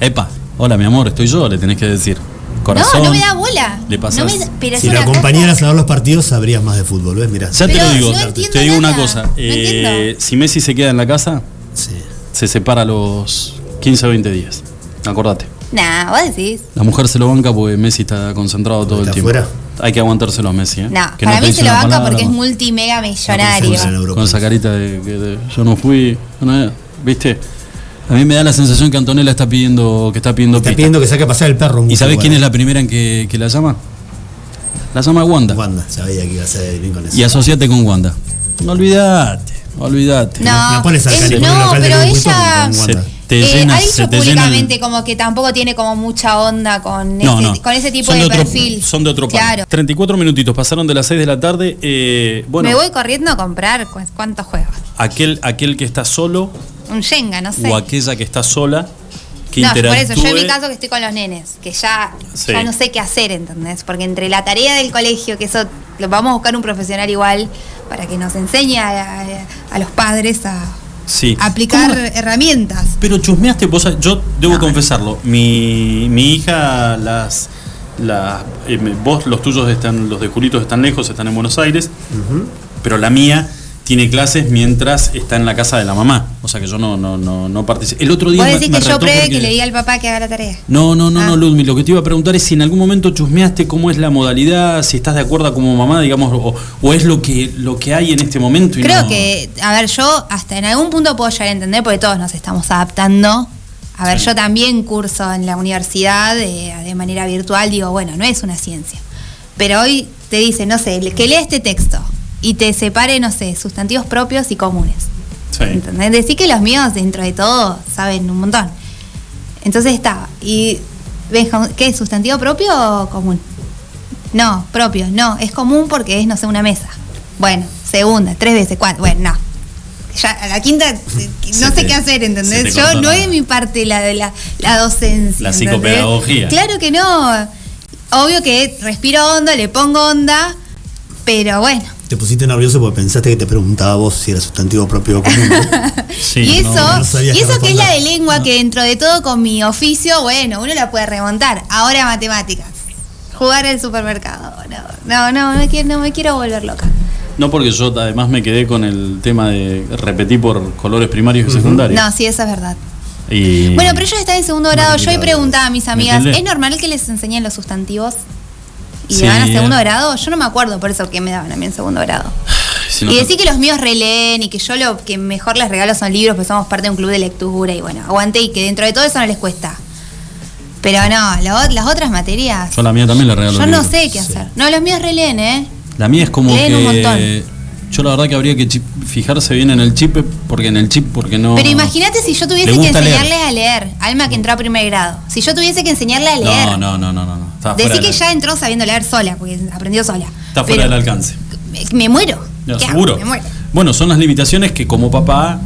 Speaker 4: Epa, hola mi amor, estoy yo, le tenés que decir. corazón.
Speaker 6: No, no me da bola.
Speaker 4: Le pasás.
Speaker 6: No me da- pero es
Speaker 5: Si lo
Speaker 6: una cosa-
Speaker 5: acompañaras a ver los partidos, sabrías más de fútbol, ¿ves? Mirá.
Speaker 4: Ya te
Speaker 6: Pero
Speaker 4: lo digo,
Speaker 6: no
Speaker 4: te-
Speaker 6: entiendo
Speaker 4: te digo una
Speaker 6: nada,
Speaker 4: cosa.
Speaker 6: no
Speaker 4: eh,
Speaker 6: entiendo.
Speaker 4: si Messi se queda en la casa,
Speaker 5: Sí.
Speaker 4: se separa a los 15 o 20 días. Acordate.
Speaker 6: Nah, vos decís.
Speaker 4: La mujer se lo banca porque Messi está concentrado todo el
Speaker 5: está
Speaker 4: tiempo.
Speaker 5: afuera.
Speaker 4: Hay que aguantárselo a Messi. ¿eh?
Speaker 6: No,
Speaker 4: Que
Speaker 6: para
Speaker 4: te
Speaker 6: mí
Speaker 4: dice
Speaker 6: se lo
Speaker 4: una
Speaker 6: banca
Speaker 4: palabra
Speaker 6: porque es
Speaker 4: con-
Speaker 6: multimega
Speaker 5: No pensemos en
Speaker 6: millonario.
Speaker 5: Europa.
Speaker 4: Con esa carita de, que de- yo no fui, yo no era. ¿viste? A mí me da la sensación que Antonella está pidiendo que está pidiendo
Speaker 5: Está
Speaker 4: pita.
Speaker 5: pidiendo que saque a pasar el perro.
Speaker 4: ¿Y sabés quién es la primera en que, que la llama? La llama Wanda.
Speaker 5: Wanda, sabía que iba a ser bien con eso.
Speaker 4: Y asociate con Wanda. No olvidate, no olvidate.
Speaker 6: No,
Speaker 5: La pones al
Speaker 6: es-
Speaker 5: cariño,
Speaker 6: no,
Speaker 5: local de
Speaker 6: pero
Speaker 5: Lugo Buitoni,
Speaker 6: ella
Speaker 5: con
Speaker 4: Se
Speaker 5: Wanda.
Speaker 4: te
Speaker 6: eh,
Speaker 4: llena-
Speaker 6: ha dicho
Speaker 4: se te llena el-
Speaker 6: públicamente como que tampoco tiene como mucha onda con,
Speaker 4: No,
Speaker 6: ese,
Speaker 4: no.
Speaker 6: con ese tipo
Speaker 4: Son
Speaker 6: de,
Speaker 4: otro-
Speaker 6: perfil.
Speaker 4: Son de otro palo.
Speaker 6: Claro.
Speaker 4: 34 minutitos, pasaron de las 6 de la tarde. eh, bueno,
Speaker 6: Me voy corriendo a comprar cu- cuántos juegos.
Speaker 4: aquel, aquel que está solo
Speaker 6: Un Shenga, no sé.
Speaker 4: o aquella que está sola que
Speaker 6: no, por
Speaker 4: interactúe.
Speaker 6: eso, yo en mi caso que estoy con los nenes, que ya,
Speaker 4: Sí.
Speaker 6: ya no sé qué hacer, ¿entendés? Porque entre la tarea del colegio, que eso lo vamos a buscar un profesional igual para que nos enseñe a, a- a los padres a
Speaker 4: Sí.
Speaker 6: aplicar
Speaker 4: ¿Cómo?
Speaker 6: herramientas.
Speaker 4: Pero chusmeaste, vos sabés, yo debo confesarlo, mi, mi hija, las, las eh, me- vos, los tuyos están, los de Julitos están lejos, están en Buenos Aires, pero la mía tiene clases mientras está en la casa de la mamá, o sea que yo no, no, no, no participo. El otro día
Speaker 6: Vos
Speaker 4: me-
Speaker 6: decís
Speaker 4: me
Speaker 6: que yo
Speaker 4: retó
Speaker 6: pruebe que
Speaker 4: porque-
Speaker 6: le diga al papá que haga la tarea.
Speaker 4: No, no, no,
Speaker 6: Ah.
Speaker 4: no, Ludmi, lo que te iba a preguntar es si en algún momento chusmeaste cómo es la modalidad, si estás de acuerdo como mamá, digamos, o, o es lo que, lo que hay en este momento. y
Speaker 6: Creo
Speaker 4: no-
Speaker 6: que, a ver, yo hasta en algún punto puedo llegar a entender porque todos nos estamos adaptando. A ver, yo también curso en la universidad eh, de, manera virtual, digo, bueno, no es una ciencia. Pero hoy te dice, no sé, que lea este texto y te separe, no sé, sustantivos propios y comunes.
Speaker 4: Sí.
Speaker 6: ¿Entendés? Decí que los míos, dentro de todo, saben un montón. Entonces está. ¿Y ves cómo- qué es sustantivo propio o común? No, propio, no. Es común porque es, no sé, una mesa. Bueno, segunda, tres veces, cuatro. Bueno, no. Ya, a la quinta, eh, no
Speaker 4: Se
Speaker 6: sé
Speaker 4: te-
Speaker 6: qué hacer,
Speaker 4: se te
Speaker 6: ¿entendés?
Speaker 4: corta
Speaker 6: Yo no
Speaker 4: la-
Speaker 6: es mi parte la de la, la docencia.
Speaker 4: La
Speaker 6: ¿entendés?
Speaker 4: psicopedagogía.
Speaker 6: Claro que no. Obvio que respiro hondo, le pongo onda, pero bueno.
Speaker 5: Te pusiste nervioso porque pensaste que te preguntaba vos si era sustantivo propio o común. ¿no?
Speaker 4: Sí,
Speaker 6: y eso,
Speaker 4: no,
Speaker 5: no sabía
Speaker 6: y
Speaker 5: que
Speaker 6: eso que es la de
Speaker 5: responder.
Speaker 6: lengua, que dentro de todo con mi oficio, bueno, uno la puede remontar. Ahora matemáticas. Jugar al supermercado. No, no, no, no, me quiero, no me quiero volver loca.
Speaker 4: No, porque yo además me quedé con el tema de repetir por colores primarios y secundarios.
Speaker 6: No, sí, eso es verdad.
Speaker 4: Y-
Speaker 6: Bueno, pero ellos están en segundo grado. Yo hoy preguntaba a mis
Speaker 4: ¿Me
Speaker 6: amigas,
Speaker 4: entendés?
Speaker 6: ¿es normal que les enseñen los sustantivos? Y
Speaker 4: Sí.
Speaker 6: van a segundo grado, yo no me acuerdo por eso que me daban a mí en segundo grado.
Speaker 4: Si no
Speaker 6: y
Speaker 4: te-
Speaker 6: decir que los míos releen y que yo lo que mejor les regalo son libros, pues somos parte de un club de lectura y bueno, aguante y que dentro de todo eso no les cuesta. Pero no, la o- las otras materias,
Speaker 4: Yo a la mía también le regalo.
Speaker 6: yo no
Speaker 4: libros.
Speaker 6: sé qué hacer. No, los míos releen, ¿eh?
Speaker 4: La mía es como
Speaker 6: Leen un
Speaker 4: que.
Speaker 6: montón.
Speaker 4: Yo la verdad que habría que chip- fijarse bien en el chip, porque en el chip, porque no.
Speaker 6: Pero imagínate si yo
Speaker 4: Le
Speaker 6: tuviese que
Speaker 4: gusta leer.
Speaker 6: enseñarles a leer, alma que entró a primer grado. Si yo tuviese que enseñarle a leer,
Speaker 4: No, no, no, no, no. no. Está fuera
Speaker 6: decir
Speaker 4: del-
Speaker 6: que ya entró sabiendo leer sola, porque aprendió sola.
Speaker 4: Está fuera
Speaker 6: Pero
Speaker 4: del alcance.
Speaker 6: me- Me muero.
Speaker 4: No,
Speaker 6: ¿Qué hago?
Speaker 4: seguro.
Speaker 6: Me muero.
Speaker 4: Bueno, son las limitaciones que como papá,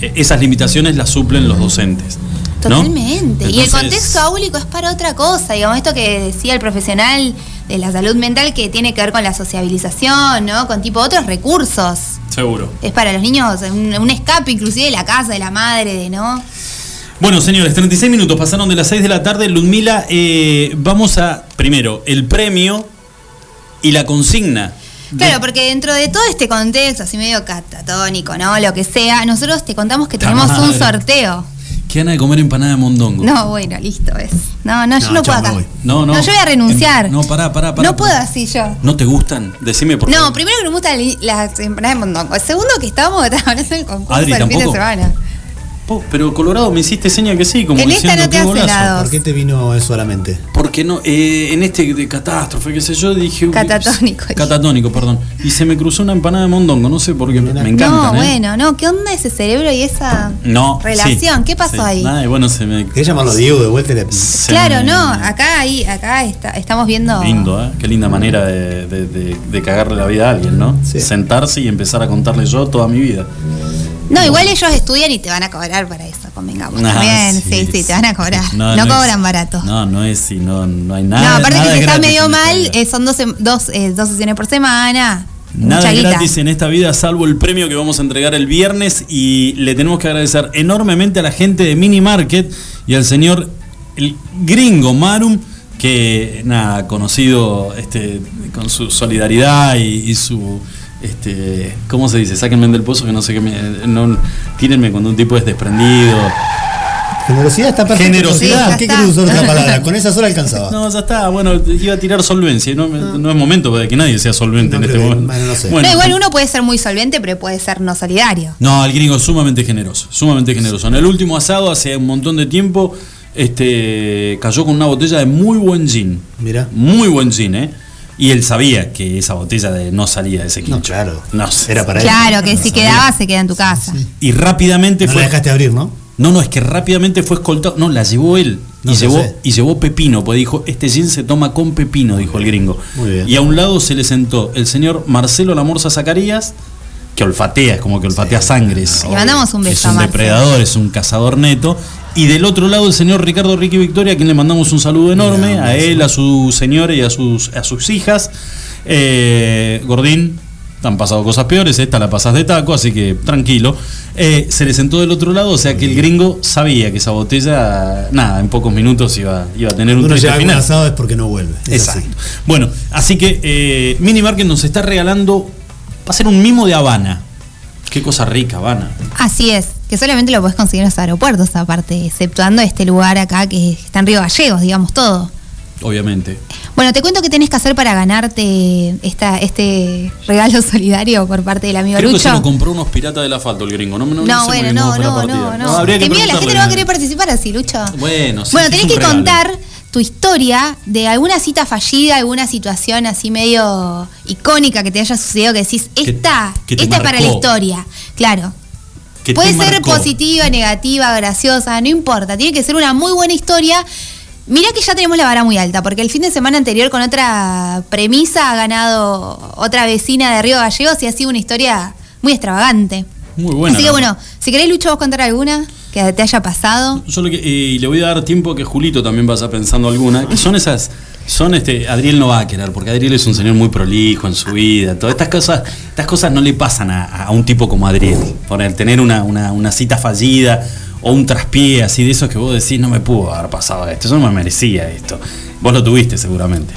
Speaker 4: eh, esas limitaciones las suplen los docentes. ¿no?
Speaker 6: Totalmente. y el
Speaker 4: Entonces-
Speaker 6: contexto áulico es para otra cosa, digamos, esto que decía el profesional de la salud mental que tiene que ver con la sociabilización, ¿no? Con tipo otros recursos.
Speaker 4: Seguro.
Speaker 6: Es para los niños un, un escape inclusive de la casa, de la madre, de ¿no?
Speaker 4: Bueno, señores, 36 minutos pasaron de las 6 de la tarde. Ludmila, eh, vamos a, primero, el premio y la consigna.
Speaker 6: Claro, porque dentro de todo este contexto, así medio catatónico, ¿no? Lo que sea, nosotros te contamos que
Speaker 4: Ta
Speaker 6: tenemos un
Speaker 4: madre.
Speaker 6: sorteo.
Speaker 4: ¿Qué gana de comer empanada de mondongo?
Speaker 6: No, bueno, listo, es. No, no, yo
Speaker 5: No,
Speaker 6: no puedo
Speaker 5: chao, me voy.
Speaker 6: acá.
Speaker 4: No, no.
Speaker 6: yo voy a renunciar.
Speaker 4: No, pará, pará, pará.
Speaker 6: No puedo así yo.
Speaker 4: ¿No te gustan? Decime por qué.
Speaker 6: No, primero que no me gustan li- las empanadas de mondongo. Segundo que estábamos hablando del concurso
Speaker 4: Adri,
Speaker 6: del fin
Speaker 4: ¿tampoco?
Speaker 6: de semana.
Speaker 4: Po, Oh, Pero Colorado me hiciste seña que sí, como
Speaker 6: En esta
Speaker 4: diciendo
Speaker 6: no te
Speaker 4: qué
Speaker 6: hace
Speaker 4: golazo.
Speaker 6: nada.
Speaker 5: ¿Por qué te vino eso a la mente?
Speaker 4: Porque no, Eh, en este de catástrofe, qué sé yo, dije. uy,
Speaker 6: Catatónico.
Speaker 4: Catatónico, perdón. Y se me cruzó una empanada de mondongo, no sé por qué. Me encanta.
Speaker 6: no, bueno, no, ¿qué onda ese cerebro y esa
Speaker 4: No.
Speaker 6: relación?
Speaker 4: sí,
Speaker 6: ¿Qué pasó
Speaker 4: sí.
Speaker 6: ahí?
Speaker 4: Ay, bueno, se me.
Speaker 5: ¿Querés llamarlo a Diego de vuelta? y le-
Speaker 4: se
Speaker 6: claro,
Speaker 4: me-
Speaker 6: no, ah, acá ahí, acá está, estamos viendo.
Speaker 4: Lindo, ¿eh? Qué linda manera de, de- de- de cagarle la vida a alguien, ¿no?
Speaker 5: Sí.
Speaker 4: Sentarse y empezar a contarle yo toda mi vida.
Speaker 6: No, igual ellos estudian y te van a cobrar para eso, convengamos.
Speaker 4: Ah,
Speaker 6: También, sí, sí, te van a cobrar. No,
Speaker 4: es-
Speaker 6: cobran barato.
Speaker 4: No,
Speaker 6: No.
Speaker 4: no es si no, no hay nada.
Speaker 6: aparte
Speaker 4: nada
Speaker 6: que si
Speaker 4: es
Speaker 6: está
Speaker 4: gratis
Speaker 6: medio
Speaker 4: en esta
Speaker 6: mal,
Speaker 4: vida.
Speaker 6: eh, son dos, sem- dos, eh, dos sesiones por semana.
Speaker 4: Nada
Speaker 6: mucha
Speaker 4: es
Speaker 6: guita.
Speaker 4: gratis en esta vida, salvo el premio que vamos a entregar el viernes. Y le tenemos que agradecer enormemente a la gente de Mini Market y al señor el gringo Marum que nada, conocido este, con su solidaridad y, y su este, ¿cómo se dice? Sáquenme del pozo que no sé qué me, no, tírenme cuando un tipo es desprendido.
Speaker 5: Generosidad está perfecta. ah,
Speaker 4: Generosidad.
Speaker 5: ¿Qué
Speaker 6: Sí, ya
Speaker 5: querés usar
Speaker 6: está.
Speaker 5: otra palabra? Con esa sola alcanzaba.
Speaker 4: No, ya está, bueno, iba a tirar solvencia, y no, me- no es momento para que nadie sea solvente
Speaker 5: No
Speaker 4: en este
Speaker 5: creo,
Speaker 4: momento.
Speaker 5: bueno, no sé.
Speaker 6: No, igual uno puede ser muy solvente, pero puede ser no solidario.
Speaker 4: No, el gringo es sumamente generoso, sumamente generoso. En el último asado, hace un montón de tiempo, este, cayó con una botella de muy buen gin.
Speaker 5: Mirá.
Speaker 4: Muy buen gin, ¿eh? Y él sabía que esa botella de no salía de ese quincho.
Speaker 5: No, claro.
Speaker 4: No sé.
Speaker 5: Era para él.
Speaker 6: Claro, que si quedaba, se queda en tu casa.
Speaker 4: Y rápidamente
Speaker 5: No la
Speaker 4: fue.
Speaker 5: dejaste abrir, ¿no?
Speaker 4: No, no, es que rápidamente fue escoltado. No, la llevó él.
Speaker 5: No
Speaker 4: y,
Speaker 5: sé,
Speaker 4: llevó,
Speaker 5: sé.
Speaker 4: y llevó pepino, pues dijo, este gin se toma con pepino, dijo el gringo.
Speaker 5: Muy bien.
Speaker 4: Y a un lado se le sentó el señor Marcelo Lamorza Zacarías, que olfatea, es como que olfatea sangres.
Speaker 6: Le mandamos un beso
Speaker 4: Es
Speaker 6: a
Speaker 4: un
Speaker 6: Marcelo.
Speaker 4: depredador, es un cazador neto. Y del otro lado el señor Ricardo Ricky Victoria, a quien le mandamos un saludo enorme,
Speaker 5: Mirá,
Speaker 4: a él, a su señora y a sus, a sus hijas. Eh, Gordín, te han pasado cosas peores, esta la pasas de taco, así que tranquilo. Eh, se le sentó del otro lado, o sea que el gringo sabía que esa botella, nada, en pocos minutos iba, iba a tener un
Speaker 5: Uno
Speaker 4: triste
Speaker 5: llega con
Speaker 4: final.
Speaker 5: asado es porque no vuelve. Es así.
Speaker 4: Exacto. Bueno, así que eh, Mini Market nos está regalando, va a ser un mimo de Habana. Qué cosa rica, Habana.
Speaker 6: Así es, que solamente lo puedes conseguir en los aeropuertos, aparte, exceptuando este lugar acá que está en Río Gallegos, digamos todo.
Speaker 4: Obviamente.
Speaker 6: Bueno, te cuento qué tenés que hacer para ganarte esta, este regalo solidario por parte del amigo
Speaker 4: Creo que se
Speaker 6: Lucho.
Speaker 4: lo compró unos piratas del asfalto el gringo. No, no,
Speaker 6: no,
Speaker 4: no sé muy
Speaker 6: bueno,
Speaker 4: bien
Speaker 6: no,
Speaker 4: cómo fue la
Speaker 6: no,
Speaker 4: partida.
Speaker 6: no, no.
Speaker 4: habría
Speaker 6: Te mira, la gente no va a
Speaker 4: preguntarle.
Speaker 6: querer participar así, Lucho.
Speaker 4: Bueno, sí,
Speaker 6: Bueno,
Speaker 4: es
Speaker 6: tenés
Speaker 4: un
Speaker 6: que
Speaker 4: regalo.
Speaker 6: contar tu historia de alguna cita fallida, alguna situación así medio icónica que te haya sucedido que decís,
Speaker 4: Que-
Speaker 6: esta,
Speaker 4: que te
Speaker 6: esta es para la
Speaker 4: marcó.
Speaker 6: historia. Claro,
Speaker 4: que te
Speaker 6: Puede ser
Speaker 4: marcó.
Speaker 6: positiva, negativa, graciosa, no importa. Tiene que ser una muy buena historia. Mirá que ya tenemos la vara muy alta, porque el fin de semana anterior con otra premisa ha ganado otra vecina de Río Gallegos y ha sido una historia muy extravagante.
Speaker 4: Muy buena.
Speaker 6: Así que
Speaker 4: la
Speaker 6: bueno, si querés Lucho vos contar alguna que te haya pasado.
Speaker 4: Solo que, eh, y le voy a dar tiempo a que Julito también vaya pensando alguna. que son esas. Son este. Adriel no va a querer, porque Adriel es un señor muy prolijo en su vida. Todas estas cosas, estas cosas no le pasan a, a un tipo como Adriel. Por el tener una, una- una cita fallida o un traspié así de esos que vos decís, no me pudo haber pasado esto, yo no me merecía esto. Vos lo tuviste seguramente.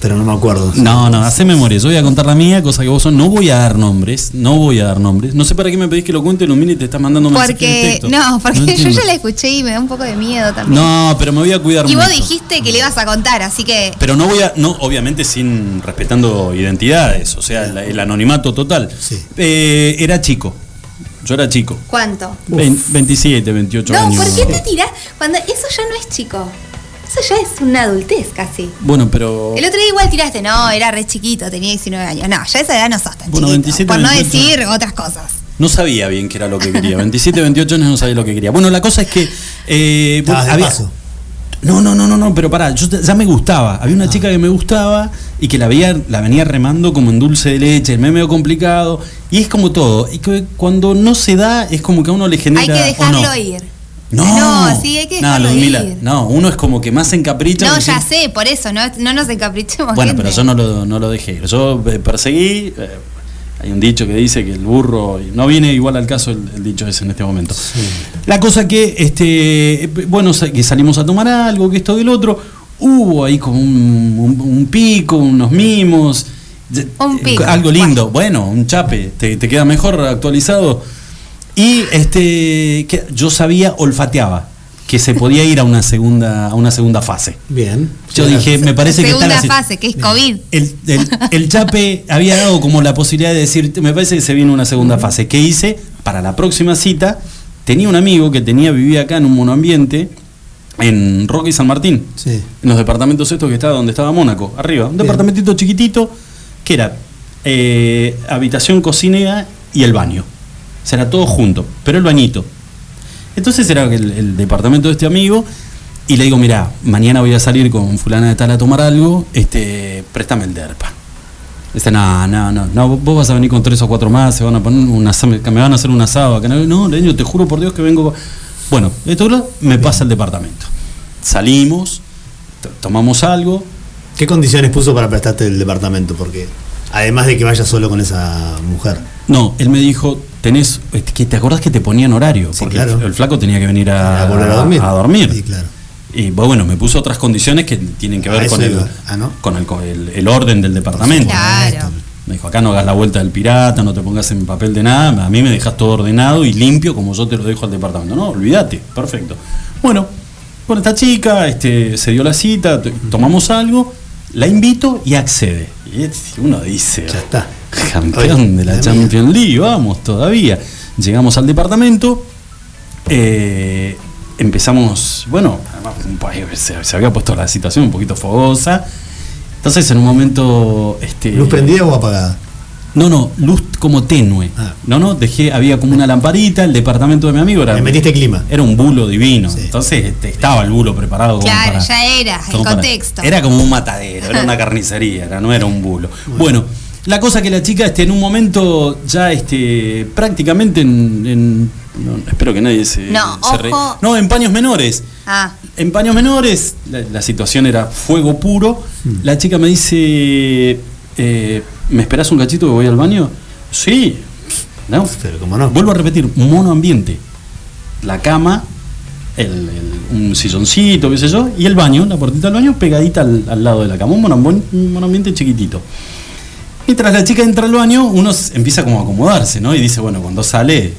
Speaker 5: Pero no me acuerdo.
Speaker 4: No, no, hace memoria. Yo voy a contar la mía, cosa que vos sos. No voy a dar nombres, no voy a dar nombres. No sé para qué me pedís que lo cuente, Lumini te está mandando un mensaje de
Speaker 6: Porque,
Speaker 4: texto.
Speaker 6: no, porque yo
Speaker 4: entiendo.
Speaker 6: ya la escuché y me da un poco de miedo también.
Speaker 4: No, pero me voy a cuidar
Speaker 6: y vos
Speaker 4: mucho.
Speaker 6: dijiste que le ibas a contar, así que
Speaker 4: Pero no voy a, no, obviamente sin respetando identidades, o sea, el, el anonimato total.
Speaker 5: Sí.
Speaker 4: Eh, era chico, yo era chico,
Speaker 6: ¿cuánto?
Speaker 4: Vein- 27, 28
Speaker 6: No,
Speaker 4: años.
Speaker 6: ¿por qué te tirás? Cuando eso ya no es chico. Eso ya es una adultez casi.
Speaker 4: Bueno, pero...
Speaker 6: El otro día igual tiraste, no, era re chiquito, tenía 19 años. No, ya a esa edad no sos tan
Speaker 4: Bueno,
Speaker 6: chiquito.
Speaker 4: 27,
Speaker 6: por no
Speaker 4: 28.
Speaker 6: decir otras cosas.
Speaker 4: No sabía bien qué era lo que quería. 27, 28 años no sabía lo que quería. Bueno, la cosa es que... eh,
Speaker 5: Estabas Ah, de
Speaker 4: había-
Speaker 5: paso.
Speaker 4: No, no, no, no, no, pero pará, yo te- ya me gustaba. Había una chica que me gustaba y que la, veía, la venía remando como en dulce de leche, me medio complicado. Y es como todo. Y que cuando no se da, es como que a uno le genera.
Speaker 6: Hay que
Speaker 4: o no.
Speaker 6: dejarlo ir.
Speaker 4: No,
Speaker 6: No, sí, hay que
Speaker 4: No,
Speaker 6: dejarlo
Speaker 4: Ludmila,
Speaker 6: ir.
Speaker 4: No, uno es como que más se encapricha.
Speaker 6: No,
Speaker 4: porque-
Speaker 6: ya sé, por eso, no, no nos encaprichemos.
Speaker 4: Bueno,
Speaker 6: gente.
Speaker 4: pero yo no lo, no lo dejé. ir. Yo eh, perseguí. eh, hay un dicho que dice que el burro. y No viene igual al caso el, el dicho ese en este momento. La cosa que, este, eh, bueno, sa- que salimos a tomar algo, que esto del otro. Hubo ahí como un, un- un pico, unos mimos. de-
Speaker 6: Un
Speaker 4: eh,
Speaker 6: pico,
Speaker 4: Algo lindo. Bueno, un chape. Te, te queda mejor actualizado. Y este, que yo sabía, olfateaba, que se podía ir a una segunda, a una segunda fase.
Speaker 5: Bien.
Speaker 4: Yo dije, me parece que está
Speaker 6: Segunda
Speaker 4: la si- Eh,
Speaker 6: fase, que es COVID.
Speaker 4: el, el- el Chape había dado como la posibilidad de decir, me parece que se viene una segunda fase. ¿Qué hice? Para la próxima cita, tenía un amigo que tenía, vivía acá en un monoambiente, en Roque y San Martín,
Speaker 5: Sí.
Speaker 4: en los departamentos estos que estaba donde estaba Mónaco, arriba. Un
Speaker 5: Bien.
Speaker 4: departamentito chiquitito, que era eh, habitación, cocina y el baño. O sea, era todo junto, pero el bañito. Entonces era el, el departamento de este amigo y le digo, mira, mañana voy a salir con fulana de tal a tomar algo, este, préstame el derpa. Dice, no, no, no, no, vos vas a venir con tres o cuatro más, se van a poner un asa- me van a hacer un asado acá. No, le digo, te juro por Dios que vengo. con-". Bueno, esto lo- me pasa al departamento. Salimos, to- tomamos algo,
Speaker 5: ¿Qué condiciones puso para prestarte el departamento? Porque además de que vayas solo con esa mujer.
Speaker 4: No, él me dijo, tenés, este, que ¿te acordás que te ponían horario?
Speaker 5: Sí,
Speaker 4: Porque
Speaker 5: claro.
Speaker 4: el flaco tenía que venir a,
Speaker 5: A volver a dormir.
Speaker 4: dormir.
Speaker 5: Sí, claro.
Speaker 4: Y bueno, me puso otras condiciones que tienen que
Speaker 5: Ah,
Speaker 4: ver
Speaker 5: eso
Speaker 4: con, el,
Speaker 5: iba. Ah, ¿no?
Speaker 4: con el, co- el- el orden del departamento.
Speaker 6: Claro.
Speaker 4: Me dijo, acá no hagas la vuelta del pirata, no te pongas en papel de nada, a mí me dejas todo ordenado y limpio como yo te lo dejo al departamento. No, olvídate, perfecto. Bueno, con esta chica este, se dio la cita, t- tomamos algo, la invito y accede. Y es- uno dice,
Speaker 5: Ya está.
Speaker 4: campeón de la
Speaker 5: Madre mía.
Speaker 4: Champions League, vamos todavía. Llegamos al departamento, eh, empezamos, bueno, además, eh, se, se había puesto la situación un poquito fogosa. Entonces en un momento... Este,
Speaker 5: ¿Luz prendida o apagada?
Speaker 4: no, no, luz como tenue.
Speaker 5: Ah.
Speaker 4: No, no, dejé, había como una lamparita, el departamento de mi amigo era.
Speaker 5: Le metiste clima.
Speaker 4: Era un bulo divino.
Speaker 5: Sí.
Speaker 4: Entonces este, estaba el bulo preparado como
Speaker 6: Claro,
Speaker 4: para-
Speaker 6: ya era, el
Speaker 4: como para-
Speaker 6: contexto.
Speaker 4: era como un matadero, era una carnicería, era- no era un bulo. Bueno, la cosa que la chica este, en un momento ya este, prácticamente en. en- no, espero que nadie se.
Speaker 6: No,
Speaker 4: se re-
Speaker 6: ojo.
Speaker 4: No, en paños menores.
Speaker 6: Ah,
Speaker 4: En paños menores, la, la situación era fuego puro.
Speaker 5: Mm.
Speaker 4: La chica me dice, eh, ¿me esperás un cachito que voy al baño? Sí. No.
Speaker 5: Pero cómo no.
Speaker 4: Vuelvo a repetir, mono ambiente. La cama, el- el- un silloncito, qué sé yo, y el baño, la puertita del baño pegadita al, al lado de la cama. Un mono, un mono ambiente chiquitito. Mientras la chica entra al baño, uno s- empieza como a acomodarse, ¿no? Y dice, bueno, cuando sale,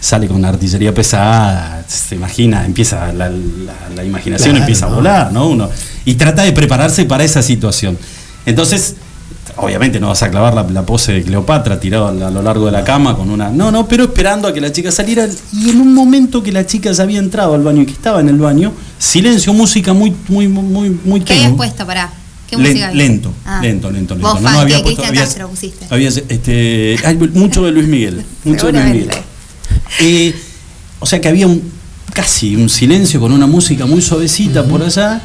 Speaker 4: sale con artillería pesada, se imagina, empieza la, la- la imaginación
Speaker 5: Claro,
Speaker 4: empieza a
Speaker 5: ¿no?
Speaker 4: volar, ¿no? Uno, y trata de prepararse para esa situación. Entonces, obviamente no vas a clavar la, la pose de Cleopatra tirado a, a lo largo de la cama con una... No, no, pero esperando a que la chica saliera. Y en un momento que la chica ya había entrado al baño y que estaba en el baño, silencio, música muy, muy, muy, muy
Speaker 6: ¿qué habías
Speaker 4: tenue.
Speaker 6: puesto? Pará. ¿Qué
Speaker 4: Len-
Speaker 6: música había?
Speaker 4: lento,
Speaker 6: Ah.
Speaker 4: lento, lento, lento.
Speaker 6: Vos, fan
Speaker 4: no
Speaker 6: de
Speaker 4: había puesto,
Speaker 6: Cristian
Speaker 4: había,
Speaker 6: Castro pusiste.
Speaker 4: había, este, ay, mucho de Luis Miguel, mucho de Luis Miguel.
Speaker 6: Seguramente.
Speaker 4: Eh, o sea que había un casi un silencio con una música muy suavecita por allá.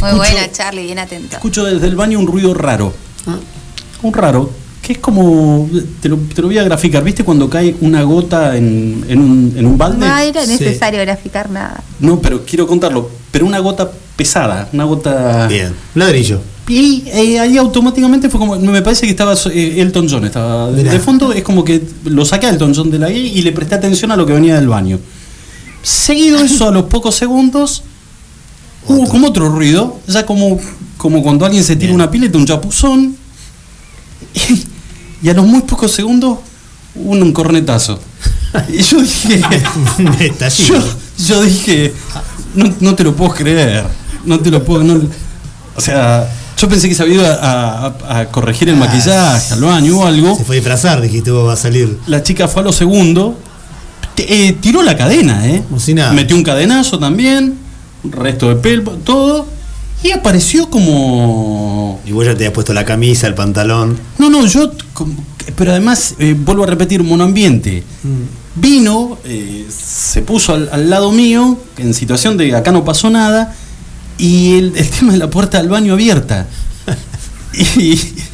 Speaker 6: Muy buena, Charlie, bien atento.
Speaker 4: Escucho desde el baño un ruido raro.
Speaker 6: Ah.
Speaker 4: Un raro, que es como. Te lo, te lo voy a graficar. ¿Viste cuando cae una gota en, en un, en un balde?
Speaker 6: No era
Speaker 5: Sí.
Speaker 6: necesario graficar nada.
Speaker 4: No, pero quiero contarlo. Pero una gota pesada, una gota.
Speaker 5: Bien. Ladrillo.
Speaker 4: Y eh, ahí automáticamente fue como. Me parece que estaba eh, Elton John, estaba de,
Speaker 5: Mirá.
Speaker 4: de fondo. Es como que lo saqué a Elton John de la guía y le presté atención a lo que venía del baño. Seguido eso, a los pocos segundos, hubo
Speaker 5: Otro.
Speaker 4: como otro ruido. Ya como, como cuando alguien se tira
Speaker 5: Bien.
Speaker 4: una pileta, un chapuzón. Y, a los muy pocos segundos, un, un cornetazo. Y yo dije.
Speaker 5: Estallido.
Speaker 4: Yo, yo dije, no, no te lo puedo creer, no te lo puedo, no- o sea, yo pensé que se había ido a, a- a corregir el
Speaker 5: Ah,
Speaker 4: maquillaje, al baño o algo.
Speaker 5: Se fue a disfrazar, dijiste, vos va a salir.
Speaker 4: La chica fue a lo segundo, T- eh, tiró la cadena, ¿eh?
Speaker 5: Como si nada.
Speaker 4: Metió un cadenazo también, un resto de pelo, todo, y apareció como...
Speaker 5: Y vos ya te habías puesto la camisa, el pantalón.
Speaker 4: No, no, yo, como- pero además, eh, vuelvo a repetir, monoambiente. Mm. Vino, eh, se puso al, al lado mío, en situación de acá no pasó nada, y el, el tema de la puerta del baño abierta. Y, y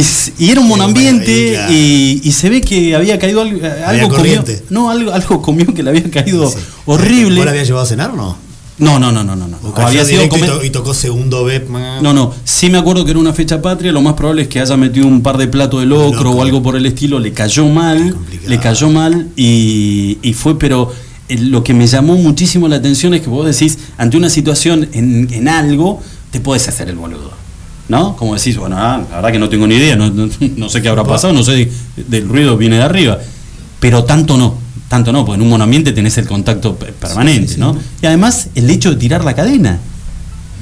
Speaker 4: s- y era un
Speaker 5: Eh, bueno, ahí,
Speaker 4: monoambiente
Speaker 5: claro.
Speaker 4: y, y se ve que había caído algo, algo comió,
Speaker 5: corriente.
Speaker 4: no algo, algo comió que le había caído
Speaker 5: Sí.
Speaker 4: horrible.
Speaker 5: ¿Vos la habías llevado a cenar no?
Speaker 4: No, no, no, no, no, no.
Speaker 5: O
Speaker 4: Había
Speaker 5: cayó
Speaker 4: sido
Speaker 5: directo y
Speaker 4: comer-
Speaker 5: to- y tocó segundo B.
Speaker 4: no, no, sí me acuerdo que era una fecha patria, lo más probable es que haya metido un par de platos de locro,
Speaker 5: Locro.
Speaker 4: o algo por el estilo, le cayó
Speaker 5: Qué
Speaker 4: mal,
Speaker 5: complicado.
Speaker 4: le cayó mal y, y fue, pero eh, lo que me llamó muchísimo la atención es que vos decís, ante una situación en, en algo, te podés hacer el boludo. ¿No? Como decís, bueno, ah, la verdad que no tengo ni idea, no, no- no sé qué habrá pasado, no sé de- del ruido viene de arriba. Pero tanto no, tanto no, porque en un monoambiente tenés el contacto pe- permanente,
Speaker 5: Sí, sí,
Speaker 4: ¿no?
Speaker 5: sí.
Speaker 4: Y además el hecho de tirar la cadena.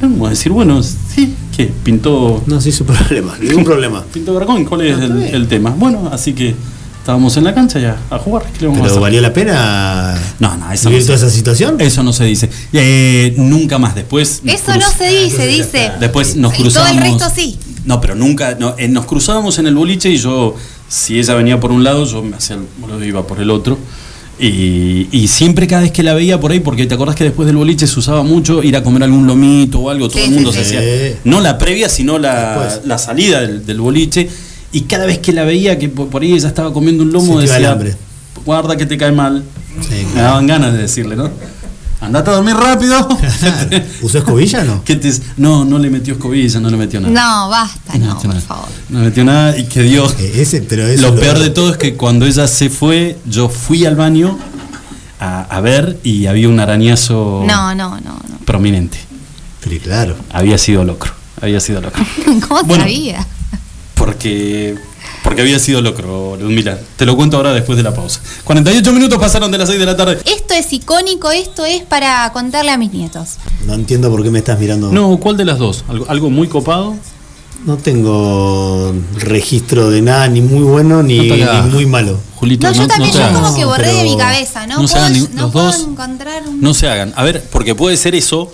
Speaker 4: Vamos a decir, bueno, sí, que pintó,
Speaker 5: No, sí, su problema. Ningún problema.
Speaker 4: pintó Vergón, ¿cuál es
Speaker 6: Ah,
Speaker 5: No, está
Speaker 4: el,
Speaker 5: bien.
Speaker 4: el tema? Bueno, así que estábamos en la cancha ya a jugar, ¿qué le vamos a
Speaker 5: Pero
Speaker 4: hacer?
Speaker 5: valió la pena
Speaker 4: No, no, eso no,
Speaker 5: vivir toda
Speaker 4: se,
Speaker 5: esa situación.
Speaker 4: eso no se dice. Eh, nunca más, después... nos
Speaker 6: Eso no
Speaker 4: cruz-
Speaker 6: se dice, dice.
Speaker 4: Después nos
Speaker 6: Y todo
Speaker 4: cruzábamos...
Speaker 6: el resto sí.
Speaker 4: No, pero nunca, no, eh, nos cruzábamos en el boliche y yo, si ella venía por un lado, yo me hacía el boludo y iba por el otro. Y, y siempre cada vez que la veía por ahí, porque te acordás que después del boliche se usaba mucho ir a comer algún lomito o algo, todo
Speaker 6: Sí,
Speaker 4: el mundo
Speaker 6: sí,
Speaker 4: se
Speaker 5: sí.
Speaker 4: hacía,
Speaker 5: Sí.
Speaker 4: no la previa, sino la,
Speaker 5: Después.
Speaker 4: la salida del, del boliche. Y cada vez que la veía que por por ahí ella estaba comiendo un lomo,
Speaker 5: Sentía el
Speaker 4: decía,
Speaker 5: hambre.
Speaker 4: guarda que te cae mal.
Speaker 5: Sí,
Speaker 4: Me
Speaker 5: claro.
Speaker 4: daban ganas de decirle, ¿no? Andate a dormir rápido.
Speaker 5: ¿Usó escobilla o no?
Speaker 4: Que te- no, no le metió escobilla, no le metió nada.
Speaker 6: No, basta,
Speaker 4: No,
Speaker 6: no,
Speaker 4: metió
Speaker 6: por
Speaker 4: nada.
Speaker 6: favor.
Speaker 4: No metió nada y que Dios.
Speaker 5: Eh, Ese, pero eso
Speaker 4: lo
Speaker 5: es
Speaker 4: peor de todo es que cuando ella se fue, yo fui al baño, a, a ver y había un arañazo
Speaker 6: No, no, no, no.
Speaker 4: prominente.
Speaker 5: Pero claro.
Speaker 4: Había sido locro. Había sido locro.
Speaker 6: ¿Cómo
Speaker 4: Bueno.
Speaker 6: sabía?
Speaker 4: Porque, porque había sido locro, Ludmila. Te lo cuento ahora después de la pausa. 48 minutos pasaron de las 6 de la tarde.
Speaker 6: Esto es icónico, esto es para contarle a mis nietos.
Speaker 5: No entiendo por qué me estás mirando.
Speaker 4: No, ¿cuál de las dos? ¿Algo, algo muy copado?
Speaker 5: No tengo registro de nada, ni muy bueno ni,
Speaker 4: No te hagas.
Speaker 5: ni muy malo.
Speaker 4: Julito,
Speaker 6: No, yo también,
Speaker 4: te
Speaker 6: yo
Speaker 4: hagas.
Speaker 6: como que borré
Speaker 5: pero
Speaker 6: de mi cabeza, ¿no?
Speaker 4: no se
Speaker 6: puedo,
Speaker 4: hagan ni-
Speaker 6: no
Speaker 4: los
Speaker 6: puedo
Speaker 4: dos.
Speaker 6: encontrar un...
Speaker 4: No se hagan. A ver, porque puede ser eso,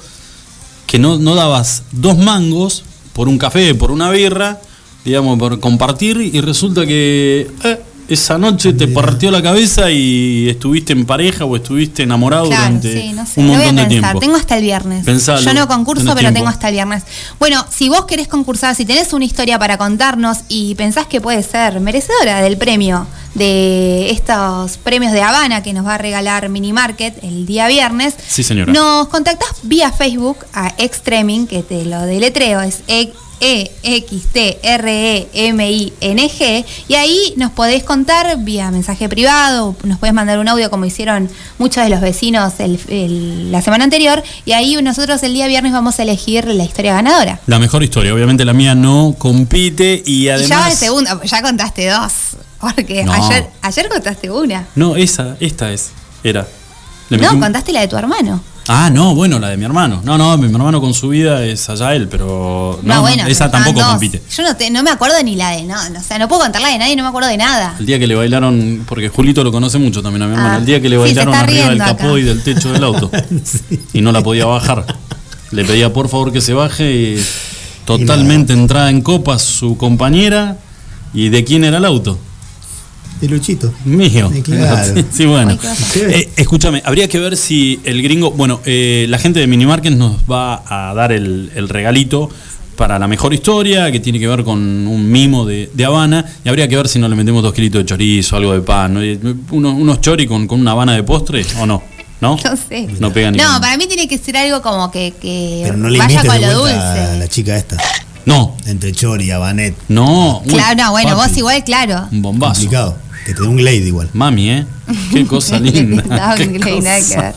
Speaker 4: que no, no dabas dos mangos por un café, por una birra, digamos, por compartir, y resulta que eh, esa noche te partió la cabeza y estuviste en pareja o estuviste enamorado
Speaker 6: Claro,
Speaker 4: durante
Speaker 6: sí, no sé,
Speaker 4: un
Speaker 6: lo voy a
Speaker 4: montón de
Speaker 6: pensar.
Speaker 4: tiempo.
Speaker 6: Tengo hasta el viernes.
Speaker 4: Pensalo,
Speaker 6: Yo no concurso,
Speaker 4: tenés
Speaker 6: pero
Speaker 4: tiempo.
Speaker 6: tengo hasta el viernes. Bueno, si vos querés concursar, si tenés una historia para contarnos y pensás que puede ser merecedora del premio de estos premios de Habana que nos va a regalar Mini Market el día viernes.
Speaker 4: Sí, señora.
Speaker 6: Nos contactás vía Facebook a Extreming, que te lo deletreo, es E- E-X-T-R-E-M-I-N-G y ahí nos podés contar vía mensaje privado, nos podés mandar un audio como hicieron muchos de los vecinos el- el- la semana anterior y ahí nosotros el día viernes vamos a elegir la historia ganadora.
Speaker 4: La mejor historia, obviamente la mía no compite y
Speaker 6: Y ya va
Speaker 4: además...
Speaker 6: el segundo, ya contaste dos, porque
Speaker 4: No.
Speaker 6: ayer, ayer contaste una.
Speaker 4: no, esa, esta es, era. Le metí
Speaker 6: No,
Speaker 4: un-
Speaker 6: contaste la de tu hermano.
Speaker 4: Ah, no, bueno, la de mi hermano. No, no, mi hermano con su vida es allá él, pero no,
Speaker 6: No,
Speaker 4: no,
Speaker 6: bueno,
Speaker 4: esa
Speaker 6: pero estaban
Speaker 4: tampoco
Speaker 6: dos.
Speaker 4: compite.
Speaker 6: Yo no, te- no me acuerdo ni la de, no, no, o sea, no puedo contar la de nadie, no me acuerdo de nada.
Speaker 4: El día que le bailaron, porque Julito lo conoce mucho también a mi hermano,
Speaker 6: Ah,
Speaker 4: el día que le
Speaker 6: sí, se
Speaker 4: bailaron
Speaker 6: está
Speaker 4: arriba del
Speaker 6: riendo
Speaker 4: capó
Speaker 6: acá.
Speaker 4: y del techo del auto y no la podía bajar. Le pedía por favor que se baje y totalmente entrada en copas su compañera y de quién era el auto.
Speaker 5: De Luchito.
Speaker 4: Mío.
Speaker 5: Sí, claro.
Speaker 4: Sí, bueno.
Speaker 6: Ay, qué bajón.
Speaker 5: Sí.
Speaker 4: Eh, escúchame, habría que ver si el gringo. Bueno, eh, la gente de Minimarket nos va a dar el, el regalito para la mejor historia, que tiene que ver con un mimo de, de Habana. Y habría que ver si no le metemos dos kilitos de chorizo, algo de pan, ¿no? Y unos, unos chori con, con una Habana de postre o no. ¿No?
Speaker 6: No sé.
Speaker 4: No pega ni
Speaker 6: No,
Speaker 4: con-
Speaker 6: para mí tiene que ser algo como que, que
Speaker 5: Pero no le
Speaker 6: Eh, vaya
Speaker 5: imites
Speaker 6: con
Speaker 5: de
Speaker 6: lo
Speaker 5: vuelta a la
Speaker 6: dulce.
Speaker 5: chica esta.
Speaker 4: No,
Speaker 5: Entre Chori y Abanet.
Speaker 4: no. Uy,
Speaker 6: Claro, no, bueno,
Speaker 4: papi,
Speaker 6: vos igual, claro.
Speaker 4: Un bombazo.
Speaker 5: Complicado. Que te dé un glade igual.
Speaker 4: Mami, ¿eh? Qué cosa linda.
Speaker 6: No,
Speaker 4: qué
Speaker 6: no hay nada que
Speaker 4: cosa.
Speaker 6: ver.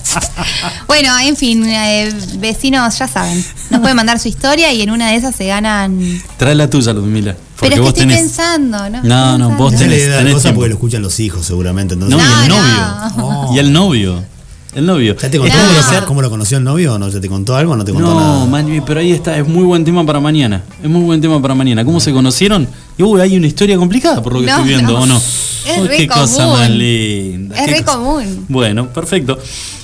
Speaker 6: Bueno, en fin, eh, vecinos ya saben. Nos pueden mandar su historia y en una de esas se ganan.
Speaker 4: Trae la tuya, Ludmila.
Speaker 6: Pero
Speaker 4: porque
Speaker 6: es que
Speaker 4: vos
Speaker 6: estoy
Speaker 4: tenés-
Speaker 6: pensando, ¿no?
Speaker 4: No, no, vos
Speaker 6: Pensando.
Speaker 5: No
Speaker 4: tenés-
Speaker 5: le da
Speaker 4: tenés
Speaker 5: cosa
Speaker 4: tiempo.
Speaker 5: porque lo escuchan los hijos seguramente.
Speaker 4: No,
Speaker 5: Entonces,
Speaker 4: y el
Speaker 6: No,
Speaker 4: novio.
Speaker 5: no.
Speaker 4: Y el novio. El novio.
Speaker 5: Oh. ¿Ya te contó
Speaker 6: No.
Speaker 5: cómo, lo, cono- cómo lo conoció el novio o no? ¿Ya te contó algo o no te contó
Speaker 4: No,
Speaker 5: nada?
Speaker 4: Manu, pero ahí está, es muy buen tema para mañana. Es muy buen tema para mañana. ¿Cómo se conocieron? Y uy, hay una historia complicada por lo que
Speaker 6: No,
Speaker 4: estoy viendo,
Speaker 6: no.
Speaker 4: ¿o no?
Speaker 6: Es
Speaker 4: Uy,
Speaker 6: re
Speaker 4: qué cosa
Speaker 6: común.
Speaker 4: más linda.
Speaker 6: Es
Speaker 4: qué
Speaker 6: re
Speaker 4: cosa-
Speaker 6: común.
Speaker 4: Bueno, perfecto.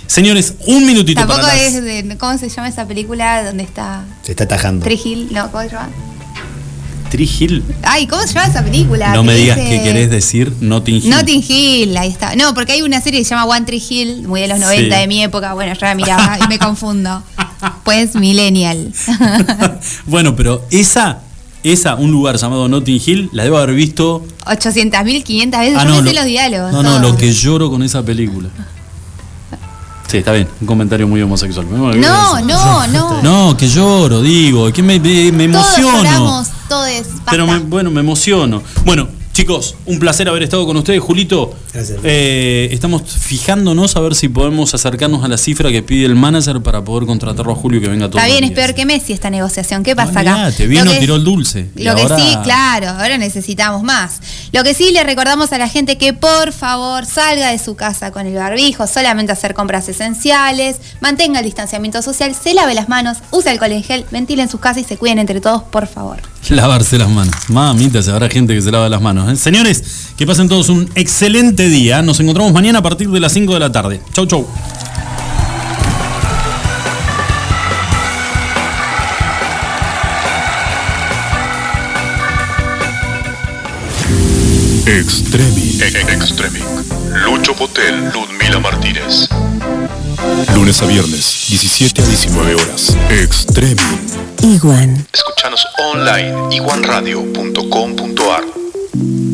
Speaker 4: Señores, un minutito
Speaker 6: Tampoco
Speaker 4: para las-
Speaker 6: es de. ¿Cómo se llama esa película donde está
Speaker 5: Se está tajando.
Speaker 6: Trigil? No, ¿cómo se llama?
Speaker 4: Tree Hill.
Speaker 6: Ay, ¿cómo se llama esa película?
Speaker 4: No me digas
Speaker 6: dice-
Speaker 4: que querés decir Notting Hill.
Speaker 6: Notting Hill, ahí está. No, porque hay una serie que se llama One Tree Hill, muy de los
Speaker 4: Sí.
Speaker 6: 90 de mi época. Bueno, yo la miraba y me confundo. Pues Millennial.
Speaker 4: bueno, pero esa, esa, un lugar llamado Notting Hill, la debo haber visto
Speaker 6: 800.000, 500 veces.
Speaker 4: Ah,
Speaker 6: yo
Speaker 4: no,
Speaker 6: me sé
Speaker 4: lo-
Speaker 6: los diálogos.
Speaker 4: No, no,
Speaker 6: todos.
Speaker 4: lo que lloro con esa película. Sí, está bien, un comentario muy homosexual.
Speaker 6: No, no, no.
Speaker 4: No, que lloro, digo, que me, me- me
Speaker 6: Todos
Speaker 4: emociono.
Speaker 6: lloramos, todos.
Speaker 4: Pero me-
Speaker 6: basta.
Speaker 4: bueno, me emociono. Bueno, chicos, un placer haber estado con ustedes. Julito,
Speaker 5: Gracias.
Speaker 4: eh, estamos fijándonos a ver si podemos acercarnos a la cifra que pide el manager para poder contratarlo a Julio que venga todo.
Speaker 6: Está bien, es peor que Messi esta negociación. ¿Qué pasa acá?
Speaker 4: Te
Speaker 6: Lo
Speaker 4: vino,
Speaker 6: que-
Speaker 4: tiró el dulce. y
Speaker 6: Lo que
Speaker 4: ahora-
Speaker 6: sí, claro, ahora necesitamos más. Lo que sí le recordamos a la gente que por favor salga de su casa con el barbijo, solamente hacer compras esenciales, mantenga el distanciamiento social, se lave las manos, use alcohol en gel, ventilen sus casas y se cuiden entre todos, por favor.
Speaker 4: Lavarse las manos. Mamita, se habrá gente que se lava las manos. ¿eh? Señores, que pasen todos un excelente día. Nos encontramos mañana a partir de las 5 de la tarde. Chau, chau.
Speaker 2: Extremi.
Speaker 1: En Extremic, Lucho Potel, Ludmila Martínez.
Speaker 2: Lunes a viernes, 17 a 19 horas. Extremi.
Speaker 3: Iguan.
Speaker 1: Escuchanos online iguanradio.com.ar